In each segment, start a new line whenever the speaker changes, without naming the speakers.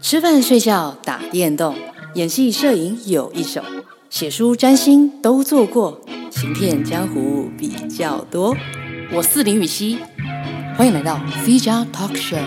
吃饭、睡觉、打电动、演戏、摄影有一手，写书、占星都做过，行骗江湖比较多。我是林雨熙，欢迎来到 C 加 Talk Show。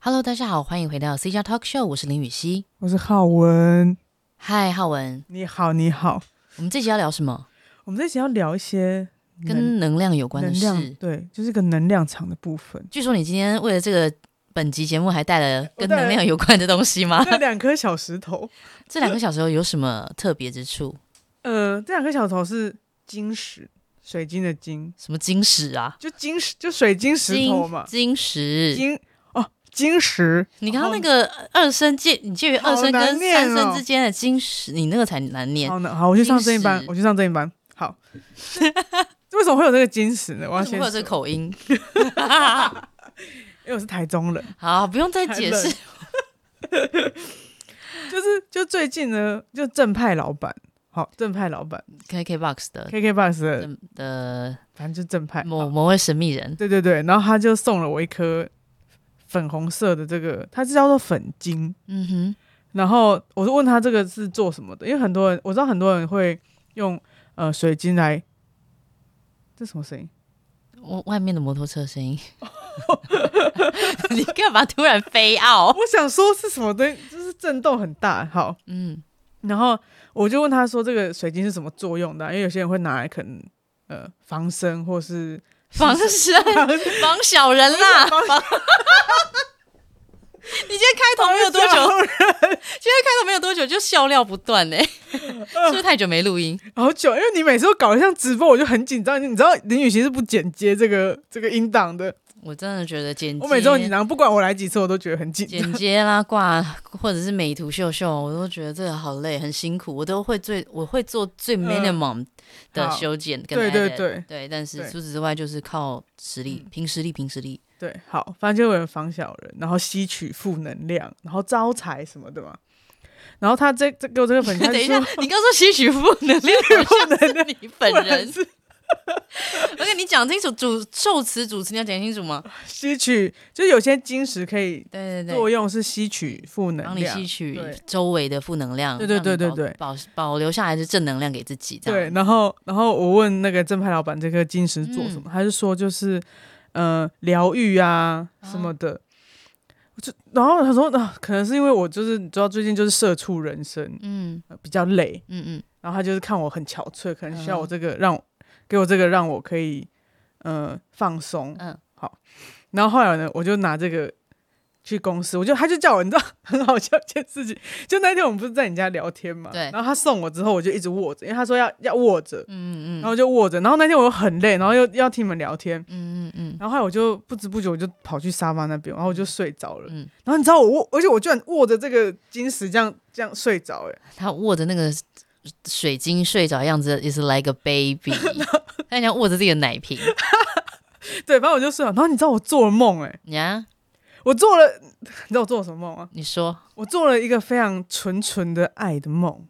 Hello，大家好，欢迎回到 C 加 Talk Show，我是林雨熙。
我是浩文，
嗨，浩文，
你好，你好。
我们这集要聊什么？
我们这集要聊一些能
跟能量有关的
能
事。
量，。对，就是个能量场的部分
据说你今天为了这个本集节目还带了跟
我带了
能量有关的东西吗？
这两颗小石头，
这两个小时候有什么特别之处？
呃，这两颗小石头是晶石，水晶的晶，
什么晶石啊？
就晶石，就水晶石
晶
头嘛，
晶石。
晶哦，晶石。
你刚刚那个二声介，你介于二声
好
跟
难念
三
哦
声之间的晶石，你那个才难念。
好呢，好，我去上正音班
晶，石
我去上正音班。好， 为什么会有这个晶石呢？我要
为什
先
么会有
说，
这个口音？
因为我是台中人。
好，不用再解释。
就是就最近呢，就正派老板，好，正派老板
KKBOX 的
，KKBox 的，
的的
反正就正派。
呃某某位神秘人，
对对对，然后他就送了我一颗粉红色的这个，它是叫做粉晶。
嗯哼，
然后我就问他这个是做什么的，因为很多人我知道很多人会用呃水晶来，这什么声音？
我外面的摩托车声音。 你干嘛突然飞傲？
我想说是什么东西，就是震动很大。好，
嗯，
然后我就问他说这个水晶是什么作用的啊、因为有些人会拿来可能呃防身或是
防身防小人啦，防。 你今天开头没有多久，今天开头没有多久就笑料不断哎、 是不是太久没录音？
好久，因为你每次都搞得像直播，我就很紧张。你知道林雨琪是不剪接这个这个音档的，
我真的觉得剪
我每周很紧
接、
张，不管我来几次，我都觉得很紧张。
剪接啦、挂或者是美图秀秀，我都觉得这个好累，很辛苦。我都会最我会做最 minimum 的
嗯好
修剪跟
对
edit,
对对
对，但是
对嗯
除此之外就是靠实力，凭实力，凭实力。
对，好，反正就有人防小人，然后吸取负能量，然后招财什么的嘛。然后他这这给我这个粉，他
等一下
就说，
你刚说吸取负能量，
负能
像是你本
不然
人。
是
而且你讲清楚主受词主词，你要讲清楚吗？
吸取，就是有些晶石可以
对对
作
对，
用是吸取负能
帮你
量
吸，取
对
周围的负能量，
对对对
让你
对对
保保保留下来的正能量给自己，这
对，
样。
然后然后我问那个正派老板这颗晶石做
嗯
什么，他就说就是呃疗愈啊什么
哦
的。我就然后他说，啊、可能是因为我就是你知道最近就是社畜人生、
嗯
呃比较累，
嗯嗯，
然后他就是看我很憔悴，可能需要
嗯
我这个、让我给我这个让我可以呃放松。
嗯
嗯，好。然后后来呢，我就拿这个去公司，我就他就叫我，你知道 很好笑一件事情，就那天我们不是在你家聊天嘛，
对
然后他送我之后，我就一直握着，因为他说要要握着，
嗯嗯
然后就握着。然后那天我又很累，然后又又要听你们聊天，
嗯嗯嗯，
然后后来我就不知不觉我就跑去沙发那边，然后我就睡着了。
嗯
然后你知道我握，而且我居然握着这个晶石这样这样睡着、欸，
他握着那个水晶睡着的样子，is like a baby，他像握着自己的奶瓶，
对，反正我就睡着。然后你知道我做了梦、欸，
你啊，
我做了， 你知道我做了什么梦吗？
你说
我做了一个非常纯纯的爱的梦，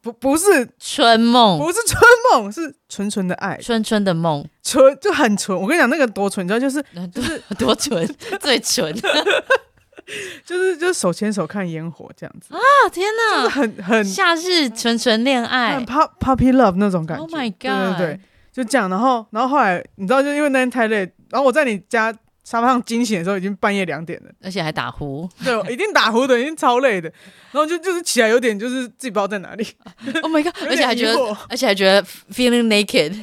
不不是
春梦，
不是春梦，是纯纯的爱，
春春的梦，
纯就很纯。我跟你讲那个多纯，你知道就是
那多多 纯，最纯
就是就是手牵手看烟火这样子，
啊！天
就是
哪，
很很
夏日纯纯恋爱
很 pop puppy love 那种感觉。
，Oh my
对
God，
对对，就这样。然后然后后来你知道，就因为那天太累，然后我在你家沙发上惊醒的时候已经半夜两点了，
而且还打 呼
对，我一定打呼的，已经超累的。然后就就是起来有点就是自己不知道在哪里，
，Oh my god！而且还觉得，而且还觉得 feeling naked，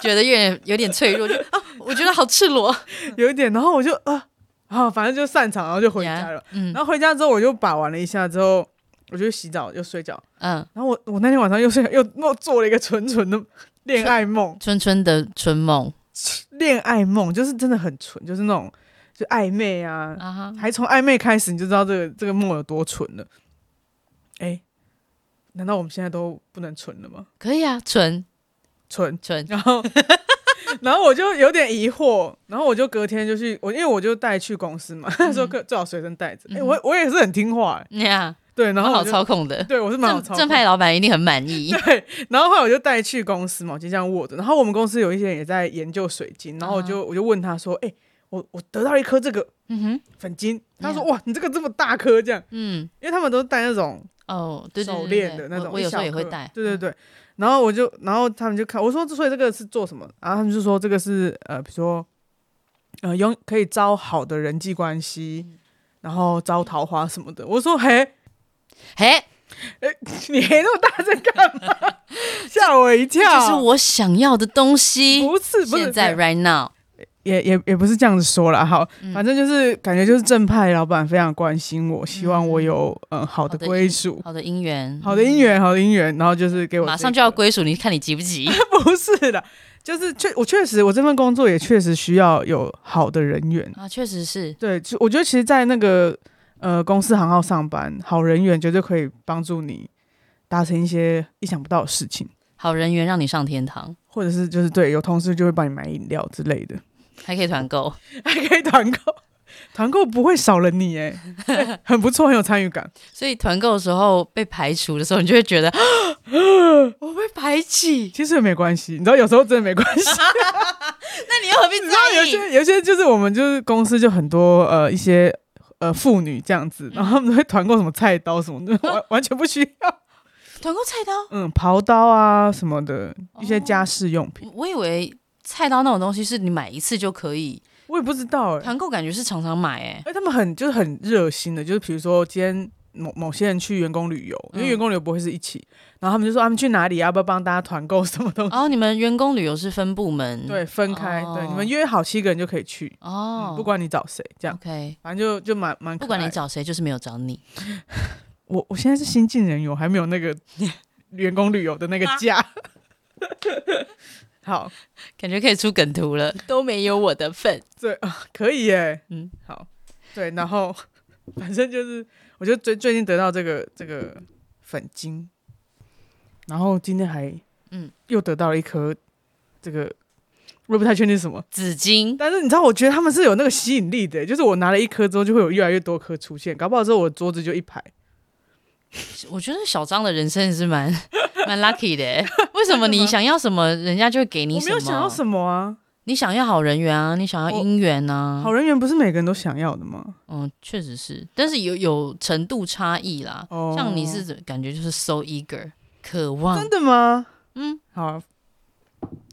觉得 有点有点脆弱，就啊，我觉得好赤裸。
有一点，然后我就啊啊，反正就散场，然后就回家了。
嗯
然后回家之后，我就把玩了一下之后，我就去洗澡又睡觉。
嗯，
然后我我那天晚上又睡又又做了一个纯纯的恋爱梦，
春春的春梦
恋爱梦就是真的很纯，就是那种就暧昧啊，
啊哈，
还从暧昧开始你就知道这个这个梦有多纯了。哎，难道我们现在都不能纯了吗？
可以啊，纯
纯。
纯，
然后 然后我就有点疑惑，然后我就隔天就去我因为我就带去公司嘛， 他
嗯
说可最好随身带着。哎、我我也是很听话、哎
呀，
对，然
嗯
后
哦好
我就
操控的，
对我是蛮好
正
操
正
控
派老板一定很满意。
对，然后后来我就带去
啊
公司嘛，我就这样握着。然后我们公司有一些人也在研究水晶，然后我就、我就问他说：“哎、我我得到一颗这个
嗯哼，
粉晶，他说
嗯
哇，你这个这么大颗这样，
嗯，
因为他们都戴那种
哦，对对对
手链
对对，
的那种，
我我
一
有时候
小
也会
颗
戴，
对对
嗯，
对，然后我就，然后他们就看我说，所以这个是做什么？然后他们就说这个是呃，比如说呃，拥可以招好的人际关系，
嗯
然后招桃花什么的。我说嘿，哎
嘿，
你嘿那么大声干嘛？ 吓我一跳！
这是我想要的东西，
不是不是
现在 right now，
也也也不是这样子说了哈，
嗯
反正就是感觉就是正派老板非常关心我，希望我有嗯好的
好的
归属，
好的姻缘，
好的姻缘，好的姻缘，然后就是给我
马
这
上就要归属，你看你急不急？
不是的，就是确我确实我这份工作也确实需要有好的人缘。
啊，确实是，
对，就我觉得其实，在那个呃公司行号上班，好人缘绝对可以帮助你达成一些意想不到的事情，
好人缘让你上天堂，
或者是就是对有同事就会帮你买饮料之类的，
还可以团购，
还可以团购，团购不会少了你哎、哎 很不错，很有参与感。
所以团购的时候被排除的时候，你就会觉得 我被排挤，
其实也没关系，你知道有时候真的没关系。
那你又何必
你知道有
在意？
些有些就是我们就是公司就很多呃一些呃妇女这样子，然后他们都会团购什么菜刀什么的，完完全不需要，
团购菜刀，
嗯，刨刀啊什么的一些家饰用品，
我哦我以为菜刀那种东西是你买一次就可以，
我也不知道哎、欸，
团购感觉是常常买、欸，
哎、他们很就是很热心的，就是比如说今天。某某些人去员工旅游，因
嗯
为员工旅游不会是一起，然后他们就说他们去哪里啊，要不要帮大家团购什么东西？
哦，你们员工旅游是分部门，
对，，分开，对，
哦
你们约好七个人就可以去，
哦，
嗯不管你找谁，这样，
OK，
反正就就蛮蛮可
不
爱的。
管你找谁，就是没有找你。
我我现在是新进人员，我还没有那 个员工旅游的那
啊
个假。好，
感觉可以出梗图了， 都没有我的份。
可以耶。
嗯，
好，对，然后反正就是，我就最最近得到这个这个粉晶，然后今天还
嗯
又得到了一颗这个，我也不太确定是什么，
纸巾，
但是你知道，我觉得他们是有那个吸引力的，就是我拿了一颗之后，就会有越来越多颗出现，搞不好之后我桌子就一排。
我觉得小张的人生也是蛮蛮 lucky 的 欸。为什么你想要什么，人家就会给你
我
什
没
么？
有想要什么啊，
你想要好人缘啊，你想要
我
姻缘啊。
好人缘不是每个人都想要的吗？
嗯，确实是，但是有有程度差异啦。
哦
像你是感觉就是 so eager，渴望
真，的吗？
嗯，
好、啊，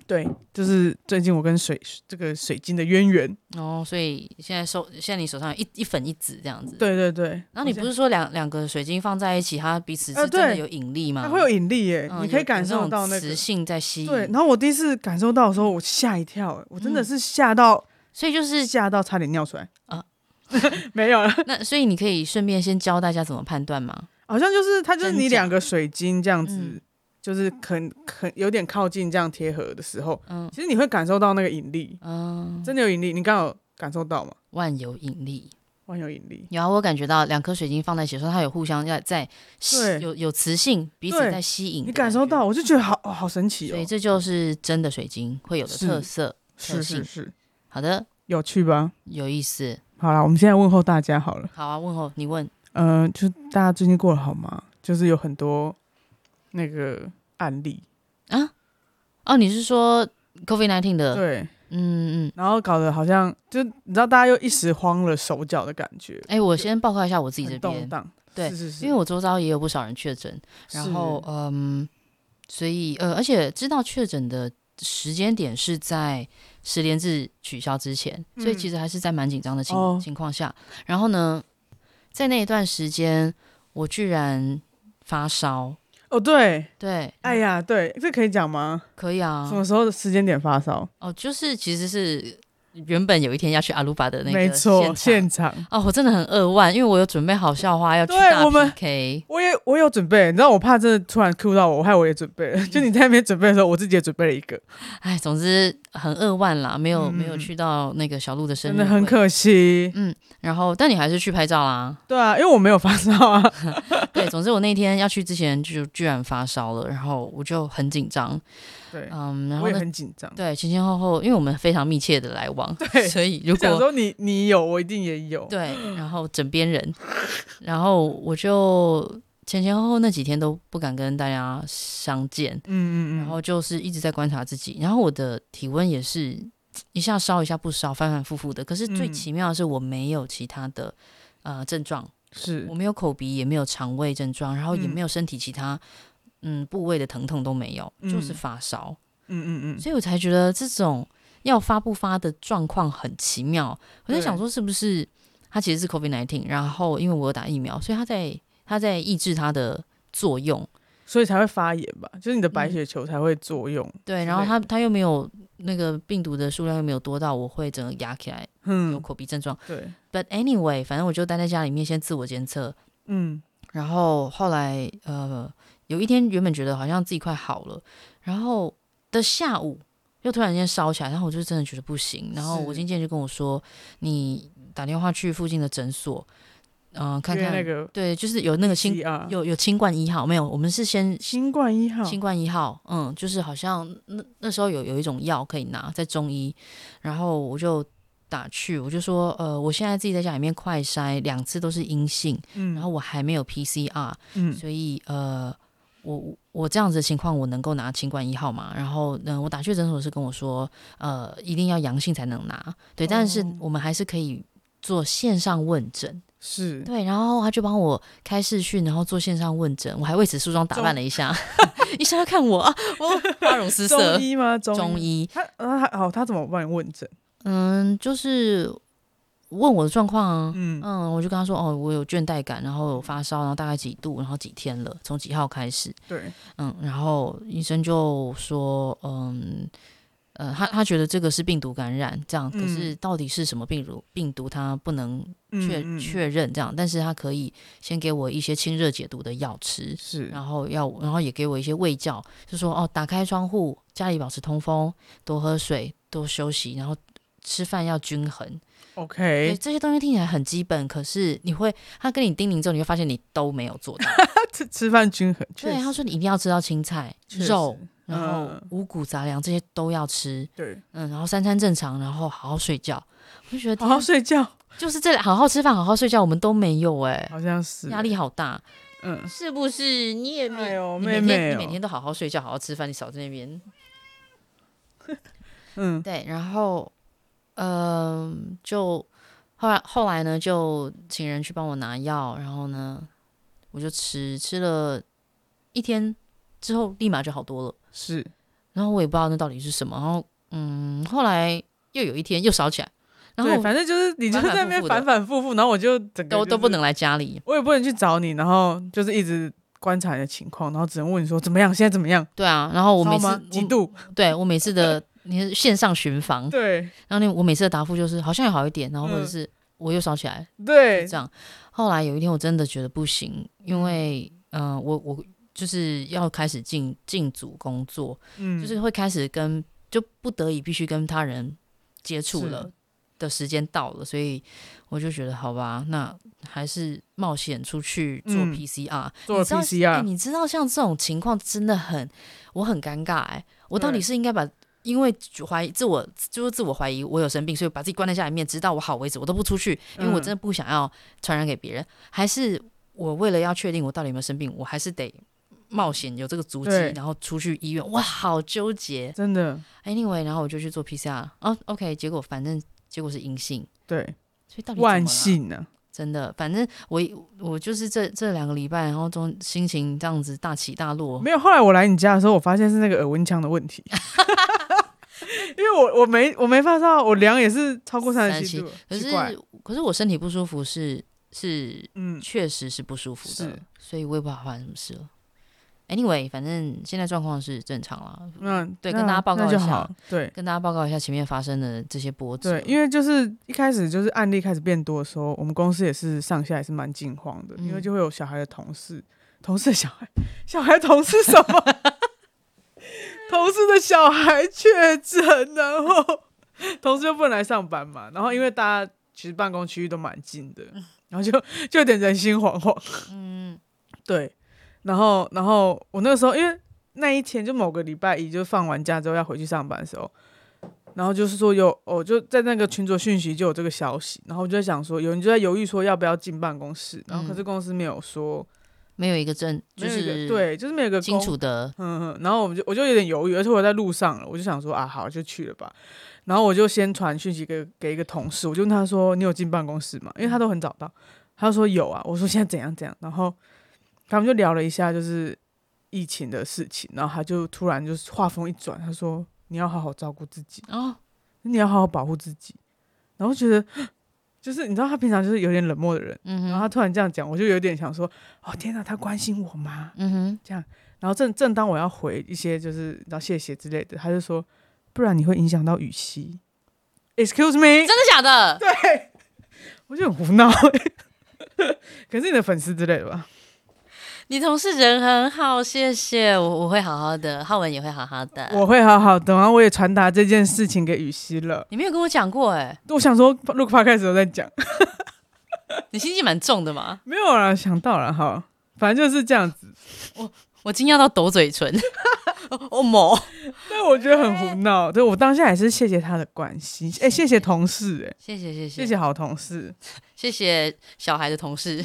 对，就是最近我跟水这个水晶的渊源。
哦，所以现在手现在你手上有一一粉一紫这样子。。
对对对，
然后你不是说两两个水晶放在一起，它彼此
呃
是真的
对
有引力吗？
它会有引力耶，
嗯
你可以
有
感受到
有那
那
种磁。
个
性在吸引。
对，然后我第一次感受到的时候，我吓一跳耶，我真的是吓到、
所以就是
吓到差点尿出来啊
嗯啊！
没有了，
那，所以你可以顺便先教大家怎么判断吗？
好像就是它就是
真
你
假
两个水晶这样子，
嗯
就是很很有点靠近这样贴合的时候，
嗯
其实你会感受到那个引力，
嗯，
真的有引力，你刚好感受到吗？
万有引力。
万有引力，
然后啊我感觉到两颗水晶放在一起的时候，它有互相在在吸
对
有有磁性，彼此
对
在吸引。
你感受，到，我就觉得好、哦、好神奇
所以
哦，
这就是真的水晶会有的
是
特色。
是是
性
是，
好的，
有趣吧？
有意思。
好啦，我们现在问候大家好了。
好啊，问候你问，
呃，就大家最近过得好吗？就是有很多那个案例，
哦，你是说 COVID nineteen 的？
对，
嗯嗯。
然后搞得好像就你知道，大家又一时慌了手脚的感觉，
哎，我先报告一下我自己这
很动
边，
荡。
对
是是是，
因为我周遭也有不少人确诊，然后嗯，所以呃，而且知道确诊的时间点是在十连制取消之前，所以
嗯
其实还是在蛮紧张的情、
哦
情况下。然后呢，在那一段时间，我居然发烧，
哦对，
对，
哎呀，对，这可以讲吗？
可以嗯啊
什，么时候的时间点发烧？
哦，就是其实是原本有一天要去阿鲁巴的那个
没错，
现
现
场
场。
哦，我真的很扼腕，因为我有准备好笑话要去
对
大
我们
PK，
我也我有准备，你知道我怕真的突然 Q 到我，我害我也准备
嗯
了。就你在那边准备的时候，我自己也准备了一个，
哎，总之很扼腕啦，没有、没有
嗯
去到那个小鹿的生
真
日
的很
会
可惜。
然后，但你还是去拍照啦。
对啊，因为我没有发烧啊。
对，总之我那天要去之前就居然发烧了，然后我就很紧张。
对，
嗯，然后
我也
呢，
很紧张。
对前前后后，因为我们非常密切的来往，
对
所以如
就想
果
说你你有，我一定也有。
对，然后枕边人，然后我就前前后后那几天都不敢跟大家相见，
嗯嗯嗯，
然后就是一直在观察自己，然后我的体温也是一下烧一下不烧，反反复复的。可是最
嗯
奇妙的是，我没有其他的、呃症状，
是
我没有口鼻，也没有肠胃症状，然后也
嗯
没有身体其他嗯部位的疼痛都没有，就是
嗯
发烧。
嗯嗯嗯，
所以我才觉得这种要发不发的状况很奇妙。我在
对
想说，是不是它其实是 COVID 1 9然后因为我有打疫苗，所以它在它在抑制它的作用。
所以才会发炎吧，就是你的
嗯
白血球才会作用。
对，
之
然后
类
它它又没有那个病毒的数量又没有多到我会整个压起来有
嗯，
口鼻症状。
对，
But anyway，反正我就待在家里面先自我监测，
嗯
然后后来呃有一天原本觉得好像自己快好了，然后的下午又突然间烧起来，然后我就真的觉得不行，然后我
是
经纪人就跟我说，你打电话去附近的诊所，嗯、看
约
看
那个
对，就是有那个新
CR
有有清冠一号没有？我们是先
新冠一号，
新冠一号，嗯，就是好像那那时候有有一种药可以拿，在中医，然后我就打去，我就说，呃，我现在自己在家里面快筛两次都是阴性，
嗯，
然后我还没有 PCR，
嗯
所以呃，我我这样子的情况我能够拿清冠一号嘛？然后呢，我打去诊所是跟我说，呃，一定要阳性才能拿，对，但是
哦
我们还是可以做线上问诊，
是
对，然后他就帮我开视讯，然后做线上问诊，我还为此梳妆打 扮了一下，医生要看我啊，我花容失色
中。医吗？中
中
医，
医，
他啊他哦，他怎么帮你问诊？
嗯，就是问我的状况啊，
嗯
嗯，我就跟他说，哦，我有倦怠感，然后有发烧，然后大概几度，然后几天了，从几号开始，
对，
嗯，然后医生就说，嗯，呃，他他觉得这个是病毒感染，这样，可
嗯
是到底是什么病毒，病毒他不能确、
嗯嗯嗯
确认这样，但是他可以先给我一些清热解毒的药吃，
嗯是，
然后要，然后也给我一些卫教，就说哦，打开窗户，家里保持通风，多喝水，多休息，然后吃饭要均衡。对，
OK，
这些东西听起来很基本，可是你会，他跟你叮咛之后，你会发现你都没有做到。
吃吃饭均衡， 确
对，他
实
说你一定要吃到青菜、
确实
肉，然后
嗯
五谷杂粮这些都要吃，
对，
嗯，然后三餐正常，然后好好睡觉。我就觉得
好
天啊，
好睡觉，
就是这好好吃饭、好好睡觉，我们都没有哎、
好像是
压，力好大，
嗯，
是不是？你也没
哎
有，
呦，
你
妹
每天
妹
你
哦，
每天都好好睡觉、好好吃饭，你少在那边。
嗯
对，然后，呃，就后来后来呢，就请人去帮我拿药，然后呢，我就吃吃了一天之后，立马就好多了。
是，
然后我也不知道那到底是什么，然后嗯，后来又有一天又烧起来，然后
对，
我
反正就是你就
反反复
在那边
复的
反反复复，然后我就整个
都
就
都不
是
能来家里。
我也不能去找你，然后就是一直观察你的情况，然后只能问你说怎么样，现在怎么样？
对啊，然后我
烧
每次
吗几
我
度？
对我每次的你是线上巡房，
对
然后你我每次的答复就是好像有好一点，然后或者
嗯
是我又烧起来，
对
这样。后来有一天我真的觉得不行，因为嗯、呃我我就是要开始进进组工作，
嗯，
就是会开始跟就不得已必须跟他人接触
是
了。的时间到了，所以我就觉得好吧，那还是冒险出去做
嗯
PCR。
做了
你知道哎
PCR，
你知道像这种情况真的很，我很尴尬哎、我到底
对
是应该把因为怀疑自我就是自我怀疑我有生病，所以把自己关在家里面，直到我好为止，我都不出去，因为我
嗯
真的不想要传染给别人，还是我为了要确定我到底有没有生病，我还是得冒险有这个足迹
对，
然后出去医院，哇，好纠结。
真的
Anyway，然后我就去做 PCR，哦，OK，结果反正结果是阴性，
对，
所以到底怎么
万
了
幸啊呢、
真的，反正我我就是这这两个礼拜，然后中心情这样子大起大落。
没有，后来我来你家的时候，我发现是那个耳温枪的 问题，因为我我没我没发烧，我量也是超过三十七
37
度，
可是
奇怪
可是我身体不舒服是是
嗯，
确实是不舒服的
是，
所以我也不知道发生什么事了。Anyway，反正现在状况是正常啦，
那
对
嗯那
跟大家报告
那就
一下
好，对。
跟大家报告一下前面发生的这些波折。
对，因为就是一开始就是案例开始变多的时候，我们公司也是上下也是蛮惊慌的，因
嗯
为就会有小孩的同事，同事的小孩，小孩的同事什么？ 同事的小孩确诊，然后同事就不能来上班嘛，然后因为大家其实办公区域都蛮近的，然后就就有点人心惶惶。
嗯，
对，然后然后我那个时候因为那一天就某个礼拜一就放完假之后要回去上班的时候，然后就是说有哦就在那个群组讯息就有这个消息，然后我就在想说有人就在犹豫说要不要进办公室，然后可是公司没有说
嗯没有一个正就
没有一个
是
对，就是没有一个
清
公
楚的，
嗯，嗯，然后我们就我就有点犹豫，而且我在路上了，我就想说啊，好就去了吧。然后我就先传讯息给给一个同事，我就问他说：“你有进办公室吗？”因为他都很早到，他就说有啊。我说现在怎样怎样，然后他们就聊了一下就是疫情的事情，然后他就突然就是话锋一转，他说：“你要好好照顾自己，
哦，
你要好好保护自己。”然后觉得 就是你知道他平常就是有点冷漠的人，
嗯
然后
哼，
他突然这样讲，我就有点想说：“哦天哪，他关心我吗？”
嗯哼，
然后正正当我要回一些就是然后谢谢之类的，他就说，不然你会影响到雨熙。Excuse me，
真的假的？
我就很胡闹、 可是你的粉丝之类的吧？
你同事人很好，谢谢我，我会好好的，浩文也会好好的。
我会好好的，然后我也传达这件事情给雨熙了。
你没有跟我讲过哎、
我想说录 p 开始都在讲，
你心机蛮重的嘛，
没有啦，想到了哈，反正就是这样子。
我惊讶到抖嘴 唇。哦某，
但我觉得很胡闹，对我当下也是谢谢他的关心，哎、谢谢同事、哎，
谢谢谢谢
谢谢好同事，
谢谢小孩的同事。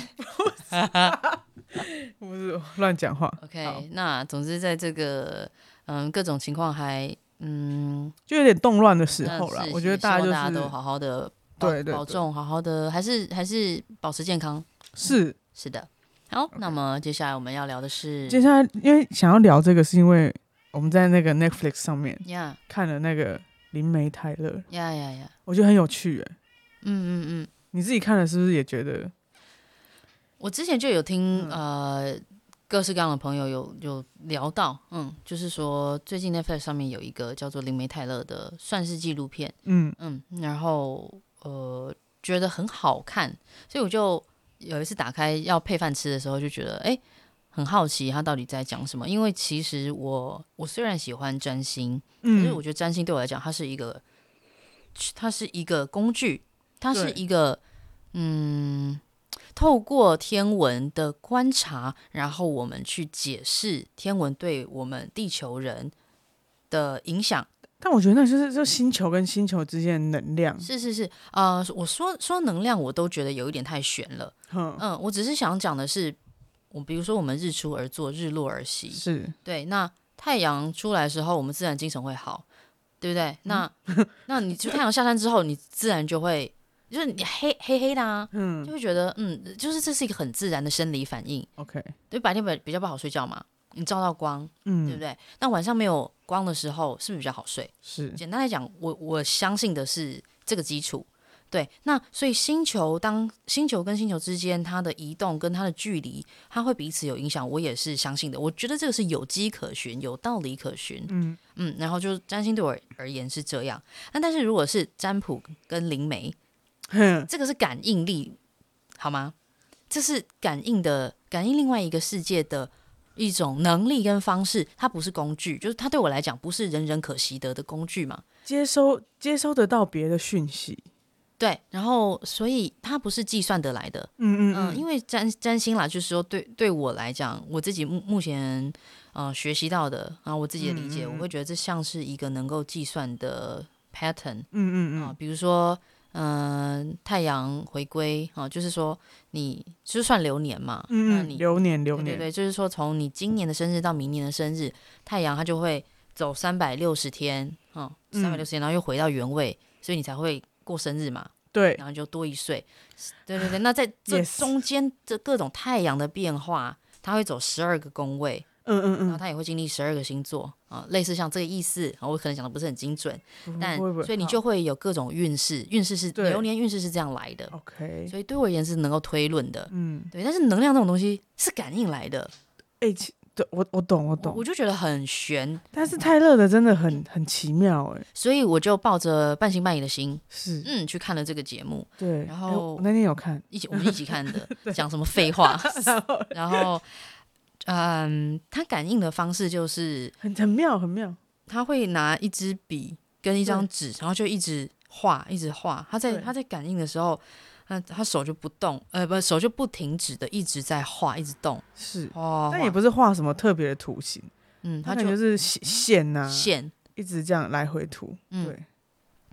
不是乱讲话。好
OK，那总之在这个嗯各种情况还嗯
就有点动乱的时
那
候啦
嗯是，
我觉得
希望
大
大
家就是
都好好的保
对对
保
对
重，好好的还是还是保持健康。
是
是的，好，那么接下来我们要聊的是
接下来，因为想要聊这个，是因为我们在那个 Netflix 上面
呀
看了那个灵媒泰勒，
呀呀呀，
我觉得很有趣耶。
嗯嗯嗯，
你自己看了是不是也觉得？
我之前就有听、
嗯
呃各式各样的朋友有有聊到，嗯，就是说最近 Netflix 上面有一个叫做灵媒泰勒的，算是纪录片，
嗯，
嗯，然后呃觉得很好看，所以我就有一次打开要配饭吃的时候，就觉得哎、诶很好奇他到底在讲什么。因为其实我我虽然喜欢占星，可是
嗯
我觉得占星对我来讲，它是一个它是一个工具，它是
对
一个嗯。透过天文的观察，然后我们去解释天文对我们地球人的影响，
但我觉得那就是就星球跟星球之间的能量，
是是是，呃，我说说能量，我都觉得有一点太悬了。
嗯，
嗯，我只是想讲的是，我比如说我们日出而作，日落而息，
是
对，那太阳出来的时候，我们自然精神会好，对不对？那
嗯
那你就太阳下山之后，你自然就会就是你黑黑黑的啊，
嗯
就会觉得嗯，就是这是一个很自然的生理反应。
，OK，
对，白天比比较不好睡觉嘛，你照到光，对不
嗯，
对？那晚上没有光的时候，是不是比较好睡？
是
简单来讲，我我相信的是这个基础。对，那所以星球当星球跟星球之间它的移动跟它的距离，它会彼此有影响，我也是相信的。我觉得这个是有迹可循，有道理可循。
嗯
嗯，然后就是占星对我而言是这样。那但是如果是占卜跟灵媒，
哼，
这个是感应力，好吗？这是感应的感应另外一个世界的一种能力跟方式，它不是工具，就是它对我来讲不是人人可习得的工具嘛。
接收接收得到别的讯息，
对，然后所以它不是计算得来的，
嗯
嗯，因
为
为占占星啦，就是说对对我来讲，我自己目目前呃学习到的，然后我自己的理解，
嗯嗯嗯
我会觉得这像是一个能够计算的 pattern
嗯
啊、
嗯
比如说嗯、太阳回归啊、就是说你就是算流年嘛，那
嗯
呃你
嗯，流年流
对对
年，
对，就是说从你今年的生日到明年的生日，太阳它就会走三百六十天，嗯，
嗯
三百六十天，然后又回到原位，所以你才会过生日嘛，
对，
然后就多一岁。对对对，那在这
Yes
中间这各种太阳的变化，它会走十二个宫位，
嗯
然后
嗯
它也会经历十二个星座啊、类似像这个意思啊、我可能讲的不是很精准，
嗯，
但
不会不会
所以你
好
就会有各种运势，运势是
对
流年运势是这样来的，
OK，
所以对我而言是能够推论的。
嗯，
对，但是能量这种东西是感应来的，
哎，其对我我懂我
我嗯
懂
我，就觉得很悬，
但是泰勒的真的很很奇妙哎、
所以我就抱着半信半疑的心，
是、
嗯，去看了这个节目，
对。
然
哎
后
我那天有看，
一起我们一起看 的，讲什么废话， 然后，嗯，他感应的方式就是
很很妙 很妙，
他会拿一支笔跟一张纸，然后就一直画，一直画。他在
对
他在感应的时候，他他手就不动，呃，不，手就不停止的一直在画，一直动，
是，
哦，
但也
画
不是画什么特别的图形，
嗯，
它
他
可能
就
就是线线呐、
线，
一直这样来回涂，
嗯，
对，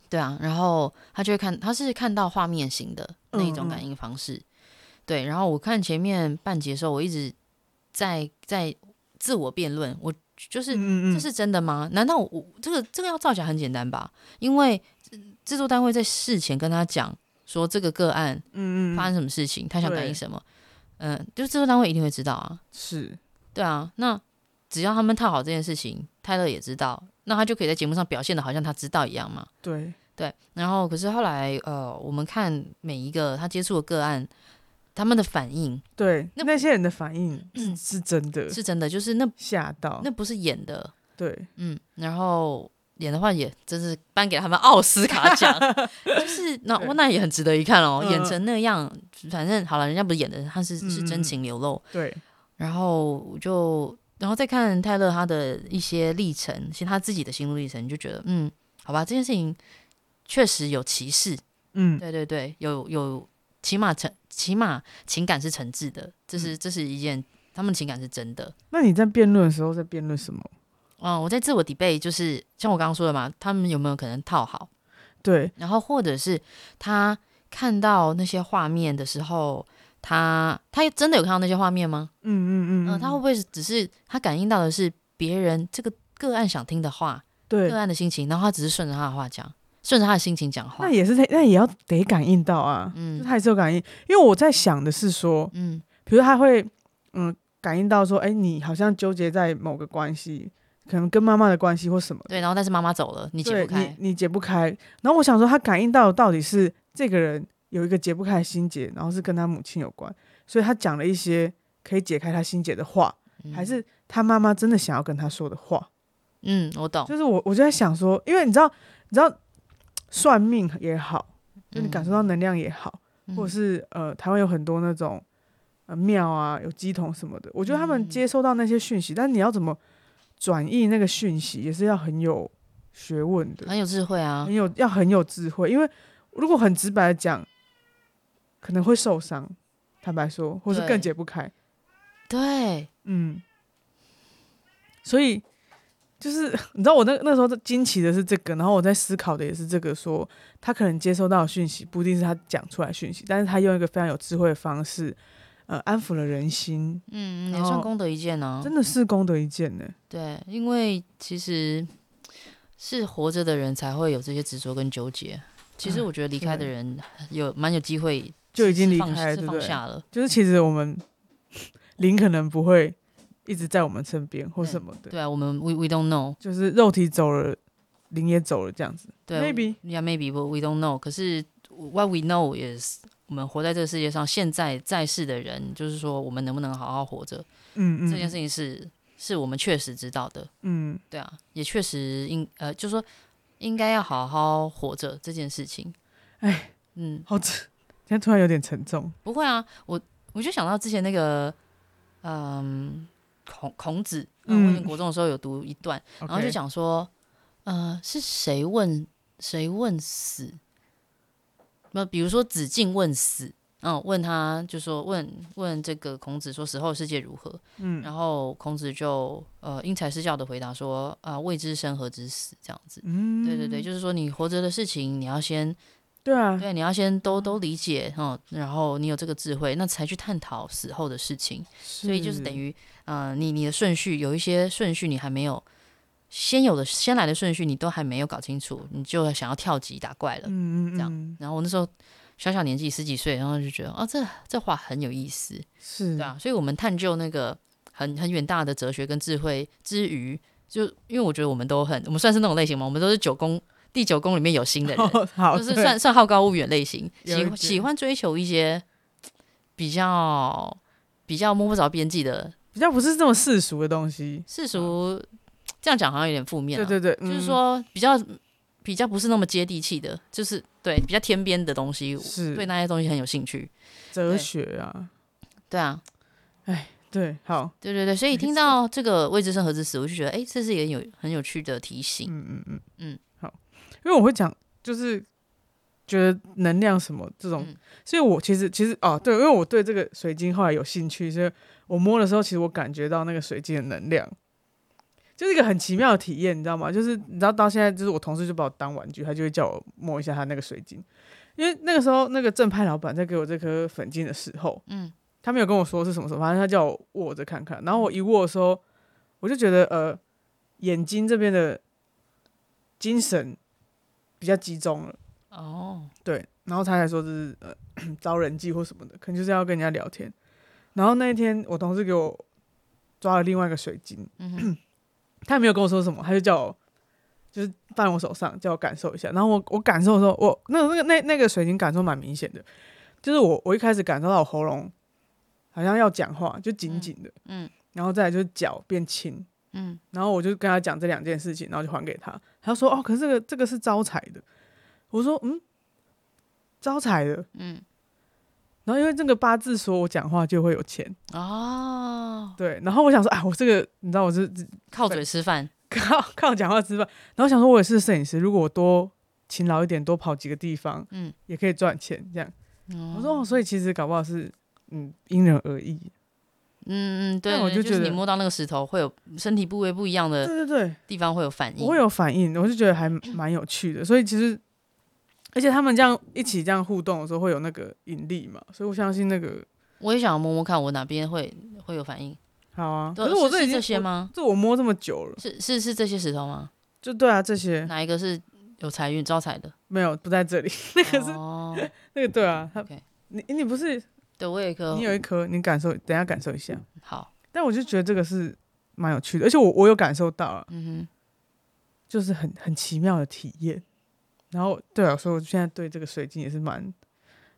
对啊，然后他就会看，他是看到画面型的那一种
嗯嗯
感应方式。对，然后我看前面半截的时候，我一直在在自我辩论，我就是
嗯嗯
这是真的吗？难道我这个这个要造假很简单吧？因为制制作单位在事前跟他讲说这个个案
嗯嗯
发
嗯，
生什么事情，他想感
对
应什么，嗯、就是制作单位一定会知道啊，
是
对啊，那只要他们套好这件事情，泰勒也知道，那他就可以在节目上表现的好像他知道一样嘛，
对，
对。然后可是后来呃，我们看每一个他接触的个案，他们的反应
对，
那嗯
那些人的反应是是真的
是真的，就是那
吓到
那，不是演的，
对，
嗯，然后演的话也真是颁给他们奥斯卡 奖，就是那
对
我那也很值得一看哦，
嗯
演成那样，反正好了，人家不是演的，他是是
嗯嗯
真情流露。
对，
然后我就然后再看泰勒他的一些历程，其实他自己的心路历程，就觉得嗯，好吧，这件事情确实有歧视，
嗯，
对对对，有有起码诚起码情感是诚挚的，这
嗯
是、这是一件他们情感是真的。
那你在辩论的时候在辩论什么？
嗯，我在自我 debate，就是像我刚刚说的嘛，他们有没有可能套好？
对，
然后或者是他看到那些画面的时候，他他真的有看到那些画面吗？
嗯嗯
嗯、
嗯，
他会不会是只是他感应到的是别人这个个案想听的话，
对
个，案的心情，然后他只是顺着他的话讲，顺着他的心情讲话
那。也是得，那也要得感应到啊，就
嗯
他还是有感应，因为我在想的是说，
嗯
比如他会嗯感应到说，哎、你好像纠结在某个关系，可能跟妈妈的关系或什么的，
对，然后但是妈妈走了，你解
对
不开。
你，你解不开。然后我想说，他感应到的到底是这个人有一个解不开的心结，然后是跟他母亲有关，所以他讲了一些可以解开他心结的话，
嗯
还是他妈妈真的想要跟他说的话？
嗯，我懂。
就是我我就在想说，因为你知道，你知道算命也好，就你感受到能量也好。
嗯，
或者是呃，台湾有很多那种呃庙啊，有鸡童什么的。我觉得他们
嗯
接收到那些讯息，但你要怎么转译那个讯息，也是要很有学问的，
很有智慧啊
很。有要很有智慧。因为如果很直白的讲，可能会受伤，坦白说，或是
对
更解不开。
对，
嗯，所以就是 你知道，我那那时候惊奇的是这个，然后我在思考的也是这个说他可能接收到的讯息不一定是他讲出来的讯息，但是他用一个非常有智慧的方式，呃，安抚了人心，
嗯，也
然
算
后
功德一件啊呢、
真的是功德一件呢、
对，因为其实是活着的人才会有这些执着跟纠结。其实
哎
我觉得离开的
对
人有蛮有机会
就已
是
经离
放
开了
是
对不
放
对
下了。
就是其实我们 灵可能不会一直在我们身边或
对
什么的，
对啊，我们 we we don't know，
就是肉体走了，灵也走了这样子。
对
Maybe
yeah maybe but we don't know。可是 what we know is 我们活在这个世界上，现在在世的人，就是说我们能不能好好活着，
嗯嗯，
这件事情是是我们确实知道的。
嗯
对啊，也确实应呃，就是说应该要好好活着这件事情。
哎，
嗯，
好 沉，现在突然有点沉重。
不会啊，我我就想到之前那个，嗯，孔孔子，嗯，
嗯
我以前国中的时候有读一段，
然
然后就讲说，呃，是谁问谁问死？那比如说子敬问死，嗯，问他就说问问这个孔子说死后世界如何？
嗯
然后孔子就呃因材施教的回答说啊、未知生何知死这样子。
嗯，
对对对，就是说你活着的事情，你要先
对啊，
对，你要先都都理解哦，然后你有这个智慧，那才去探讨死后的事情。
所
所以就是等于，呃，你你的顺序有一些顺序你还没有，先有的先来的顺序你都还没有搞清楚，你就想要跳级打怪了。
嗯嗯
这样
嗯
然后我那时候小小年纪十几岁，然后就觉得哦，这这话很有意思，
是
对啊。所以我们探究那个很很远大的哲学跟智慧之余，就因为我觉得我们都很，我们算是那种类型嘛，我们都是九宫第九宫里面有心的人。
好，
就是
对
算算好高骛远类型，
有一
喜
点
喜欢追求一些比较比较摸不着边际的
比较不是这么世俗的东西。
世俗，这样讲好像有点负面、
对
啊，
对对，
就是
嗯
说比较比较不是那么接地气的，就是对比较天边的东西，
是
对那些东西很有兴趣，
哲
对
学啊，
对啊。
对，好，
对对对，所以听到这个未知生何之死，我就觉得，哎，这是一个有很有趣的提醒。
嗯嗯嗯
嗯，
好，因为我会讲，就是觉得能量什么这种
嗯，
所以我其实其实哦，对，因为我对这个水晶后来有兴趣，所以我摸的时候，其实我感觉到那个水晶的能量。就是一个很奇妙的体验，你知道吗？就是你知道到现在，就是我同事就把我当玩具，他就会叫我摸一下他那个水晶，因为那个时候那个正派老板在给我这颗粉晶的时候，
嗯
他没有跟我说是什么时候，反正他叫我握着看看。然后我一握的时候，我就觉得呃，眼睛这边的精神比较集中了，
哦，
对。然后他还说这是呃招人际或什么的，可能就是要跟人家聊天。然后那一天我同事给我抓了另外一个水晶，
嗯哼
他也没有跟我说什么，他就叫我就是放我手上，叫我感受一下。然后我我感受的时候，我那那个那那个水晶感受蛮明显的，就是我我一开始感受到我喉咙好像要讲话，就紧紧的，
嗯
然后再来就是脚变轻，
嗯，
然后我就跟他讲这两件事情，然后就还给他。他说：“哦，可是这个这个是招财的。”我说：“嗯，招财的。”嗯。然后因为这个八字说我讲话就会有钱，
哦，
对。然后我想说，啊，我这 个你知道我是
靠嘴吃饭，
靠靠讲话吃饭。然后想说，我也是摄影师，如果我多勤劳一点，多跑几个地方，
嗯
也可以赚钱。这样，
哦
我说，哦，所以其实搞不好是，嗯，因人而异。
嗯嗯，对，
但我
对
就
就是
觉
你
得
摸到那个石头，会有身体部位不一样
对
的
对对，
地方会有反应。
我会有反应，我就觉得还蛮有趣的。所以其实，而且他们这样一起这样互动的时候，会有那个引力嘛，所以我相信那个
我也想要摸摸看，我哪边会会有反应。
好啊。
对
可是我
是
这已
是
经
这些？吗？
我这我摸这么久了，
是是是这些石头吗？
就对啊，这些
哪一个是有财运招财的？
没有不在这里。 那个是、
哦，
那个对啊，他
OK 哦
你你不是
对我有一颗
你有一颗，你感受等一下感受一下。
好，
但我就觉得这个是蛮有趣的，而且我我有感受到啊，
嗯
就是很很奇妙的体验。然后对啊，所以我现在对这个水晶也是蛮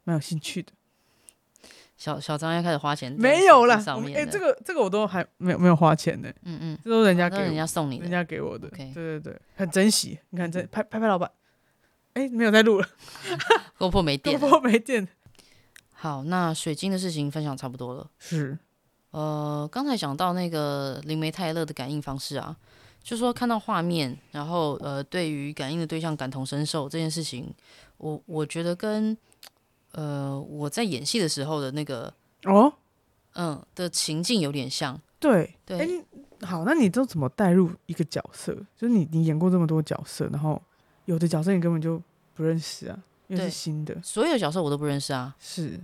蛮有兴趣的。
哼，小小张要开始花钱在
没有啦
手机，上
我们
面
哎、
的，
这个这个我都还没有没有花钱呢、
嗯嗯，
这都是人家
那
给
是人
我，
家送你
人
的，
家给我的。
OK 嗯
对对对，很珍惜。你看这拍拍拍老板，哎、没有在录了，
勾破没电
电
了。
波没电。
好，那水晶的事情分享差不多了。
是，
呃，刚才讲到那个灵媒泰勒的感应方式啊，就说看到画面，然后呃，对于感应的对象感同身受这件事情，我我觉得跟呃我在演戏的时候的那个
哦，
嗯的情境有点像。
对，
对
哎、你好，那你都怎么带入一个角色？就是你你演过这么多角色，然后有的角色你根本就不认识啊，因为
对
是新的。
所有的角色我都不认识啊，
是，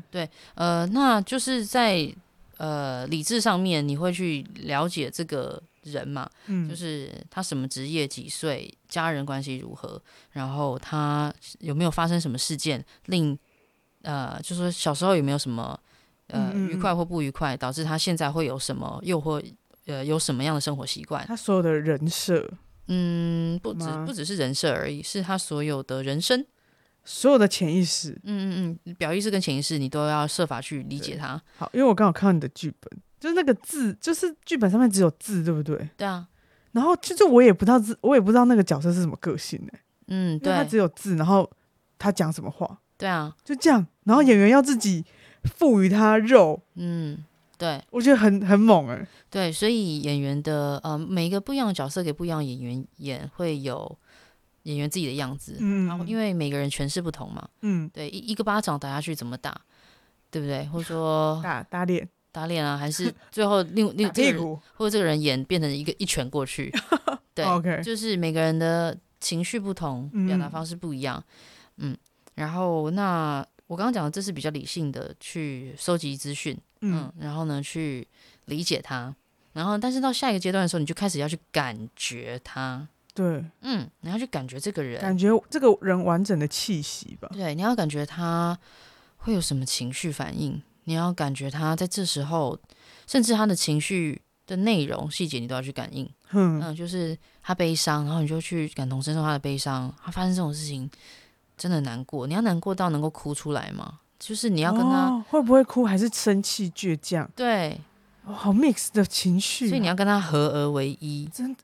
呃，那就是在呃理智上面，你会去了解这个人嘛，
嗯，
就是他什么职业、几岁、家人关系如何，然后他有没有发生什么事件令呃，就说小时候有没有什么呃
嗯嗯嗯
愉快或不愉快，导致他现在会有什么诱惑，呃，有什么样的生活习惯？
他所有的人设，
嗯，不只
吗
不只是人设而已，是他所有的人生，
所有的潜意识。
嗯嗯嗯，表意识跟潜意识你都要设法去理解
对
他。
好，因为我刚好看到你的剧本，就是那个字，就是剧本上面只有字，对不对？
对啊，
然后其实我也不知道字，我也不知道那个角色是什么个性哎、
嗯，
因为他
对
只有字，然后他讲什么话
对啊，
就这样，然后演员要自己赋予他肉，
嗯，对。
我觉得很很猛哎、
对，所以演员的呃，每一个不一样的角色给不一样的演员演，会有演员自己的样子。
嗯
然后因为每个人诠释不同嘛，
嗯，
对，一一个巴掌打下去怎么打，对不对？或者说
打打脸，
打脸啊，还是最后 另
打
另这
屁
个人
股
或者这个人演变成一个一拳过 去，对，
，OK，
就是每个人的情绪不同，表达
嗯
方式不一样。嗯，然后那我刚刚讲的这是比较理性的去收集资讯，嗯
嗯，，
然后呢去理解它，然后但是到下一个阶段的时候，你就开始要去感觉它，
对，
嗯，你要去感觉这个人，
感觉这个人完整的气息吧，
对，你要感觉他会有什么情绪反应，你要感觉他在这时候，甚至他的情绪的内容细节你都要去感应，
哼，
嗯，就是他悲伤，然后你就去感同身受他的悲伤，他发生这种事情真的难过，你要难过到能够哭出来吗？就是你
你
要跟他。
哦会不会哭，还是生气倔强？
对，
哦、好 mix 的情绪啊、
所以你要跟他合而为一，
真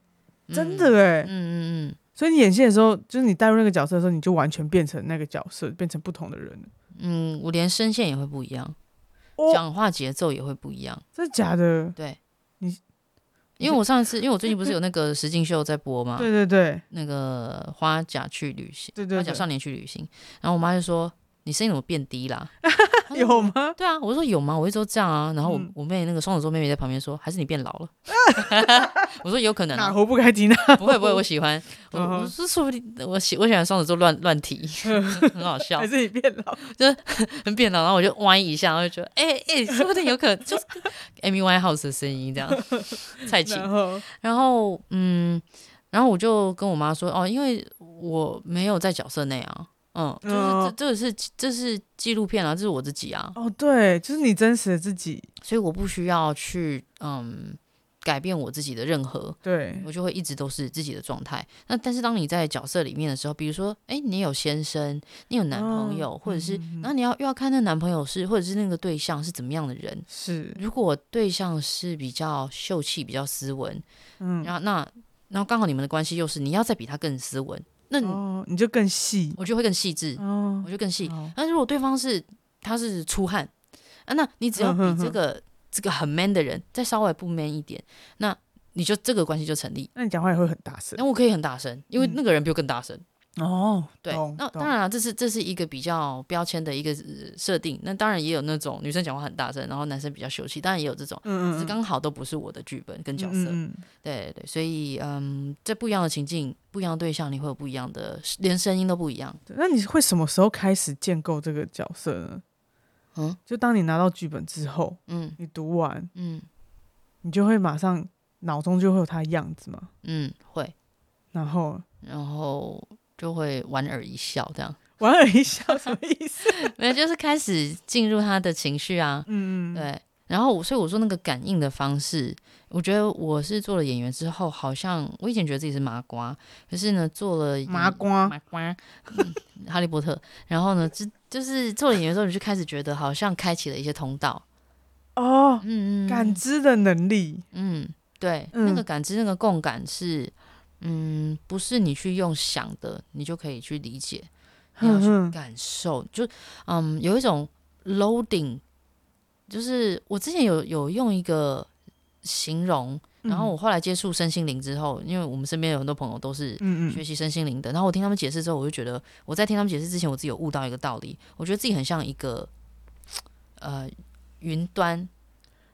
嗯
真的哎、
嗯嗯嗯，
所以你演戏的时候，就是你带入那个角色的时候，你就完全变成那个角色，变成不同的人了。
嗯，我连声线也会不一样，
哦，
讲话节奏也会不一样。
真的假的？
对，
你
因为我上一次，因为我最近不是有那个实境秀在播嘛，
对对对
那个花甲去旅行，
对
花
对
甲
对，
少年去旅行，然后我妈就说。你声音怎么变低 啦？她说
有吗？
对啊，我说有吗？我一直都这样啊。然后我、
嗯
我妹那个双子座妹妹在旁边说，还是你变老 了。我说有可能、
哪
啊，
壶不开提哪
不会不会，我喜欢。我
嗯哼
我说说不定我喜我喜欢双子座乱乱 提，很好笑
还，是你变 老？
很变老。然后我就歪一下，然后就觉得哎哎，说不定有可能就是 Amy Winehouse 的声音这样，蔡琴。
然后
然后嗯，然后我就跟我妈说哦，因为我没有在角色内啊，嗯，就是这
哦
这个是这是纪录片啊，这是我自己啊，
哦，对，就是你真实的自己，
所以我不需要去嗯改变我自己的任何，
对，
我就会一直都是自己的状态。那但是当你在角色里面的时候，比如说哎，你有先生，你有男朋友，
哦
或者是
嗯嗯嗯
然后你要又要看那男朋友是或者是那个对象是怎么样的人。
是，
如果对象是比较秀气、比较斯文，
嗯，
然后那然后刚好你们的关系又是你要再比他更斯文，那你、
哦，你就更细，
我就会更细致，
哦
我，就更细。
好
那如果对方是他是出汗啊，那你只要比
嗯哼哼
这个、这个很 man 的人再稍微不 man 一点，那你就这个关系就成立。
那你讲话也会很大声
那，我可以很大声，因为
嗯
那个人比我更大声。
哦，
对
懂，
那
懂
当然了，啊这是这是一个比较标签的一个呃设定。那当然也有那种女生讲话很大声，然后男生比较秀气，当然也有这种，只
嗯
是
嗯嗯，
刚好都不是我的剧本跟角色。
嗯，嗯嗯
对对，所以嗯，在不一样的情境、不一样的对象，你会有不一样的，连声音都不一样。
对那你会什么时候开始建构这个角色呢？
嗯
就当你拿到剧本之后，
嗯
你读完，
嗯
你就会马上脑中就会有他的样子嘛，
嗯，会，
然后
然后就会莞尔一笑，这样，
莞尔 一笑什么意思？
没有，就是开始进入他的情绪啊。
嗯，嗯，
对，然后我所以我说那个感应的方式，我觉得我是做了演员之后，好像我以前觉得自己是麻瓜，可是呢，做了演
麻瓜，
麻瓜，嗯，哈利波特，然后呢，就就是做了演员之后，你就开始觉得好像开启了一些通道，
哦，
嗯嗯，嗯
感知的能力，
嗯，对，那
嗯
个感知、那个共感是，嗯，不是你去用想的，你就可以去理解，你要
嗯
去
嗯
感受，就嗯，有一种 loading，就是我之前有有用一个形容，然
嗯
后我后来接触身心灵之后，因为我们身边有很多朋友都是
嗯
学
嗯，
习身心灵的，然后我听他们解释之后，我就觉得我在听他们解释之前，我自己有悟到一个道理，我觉得自己很像一个呃云端，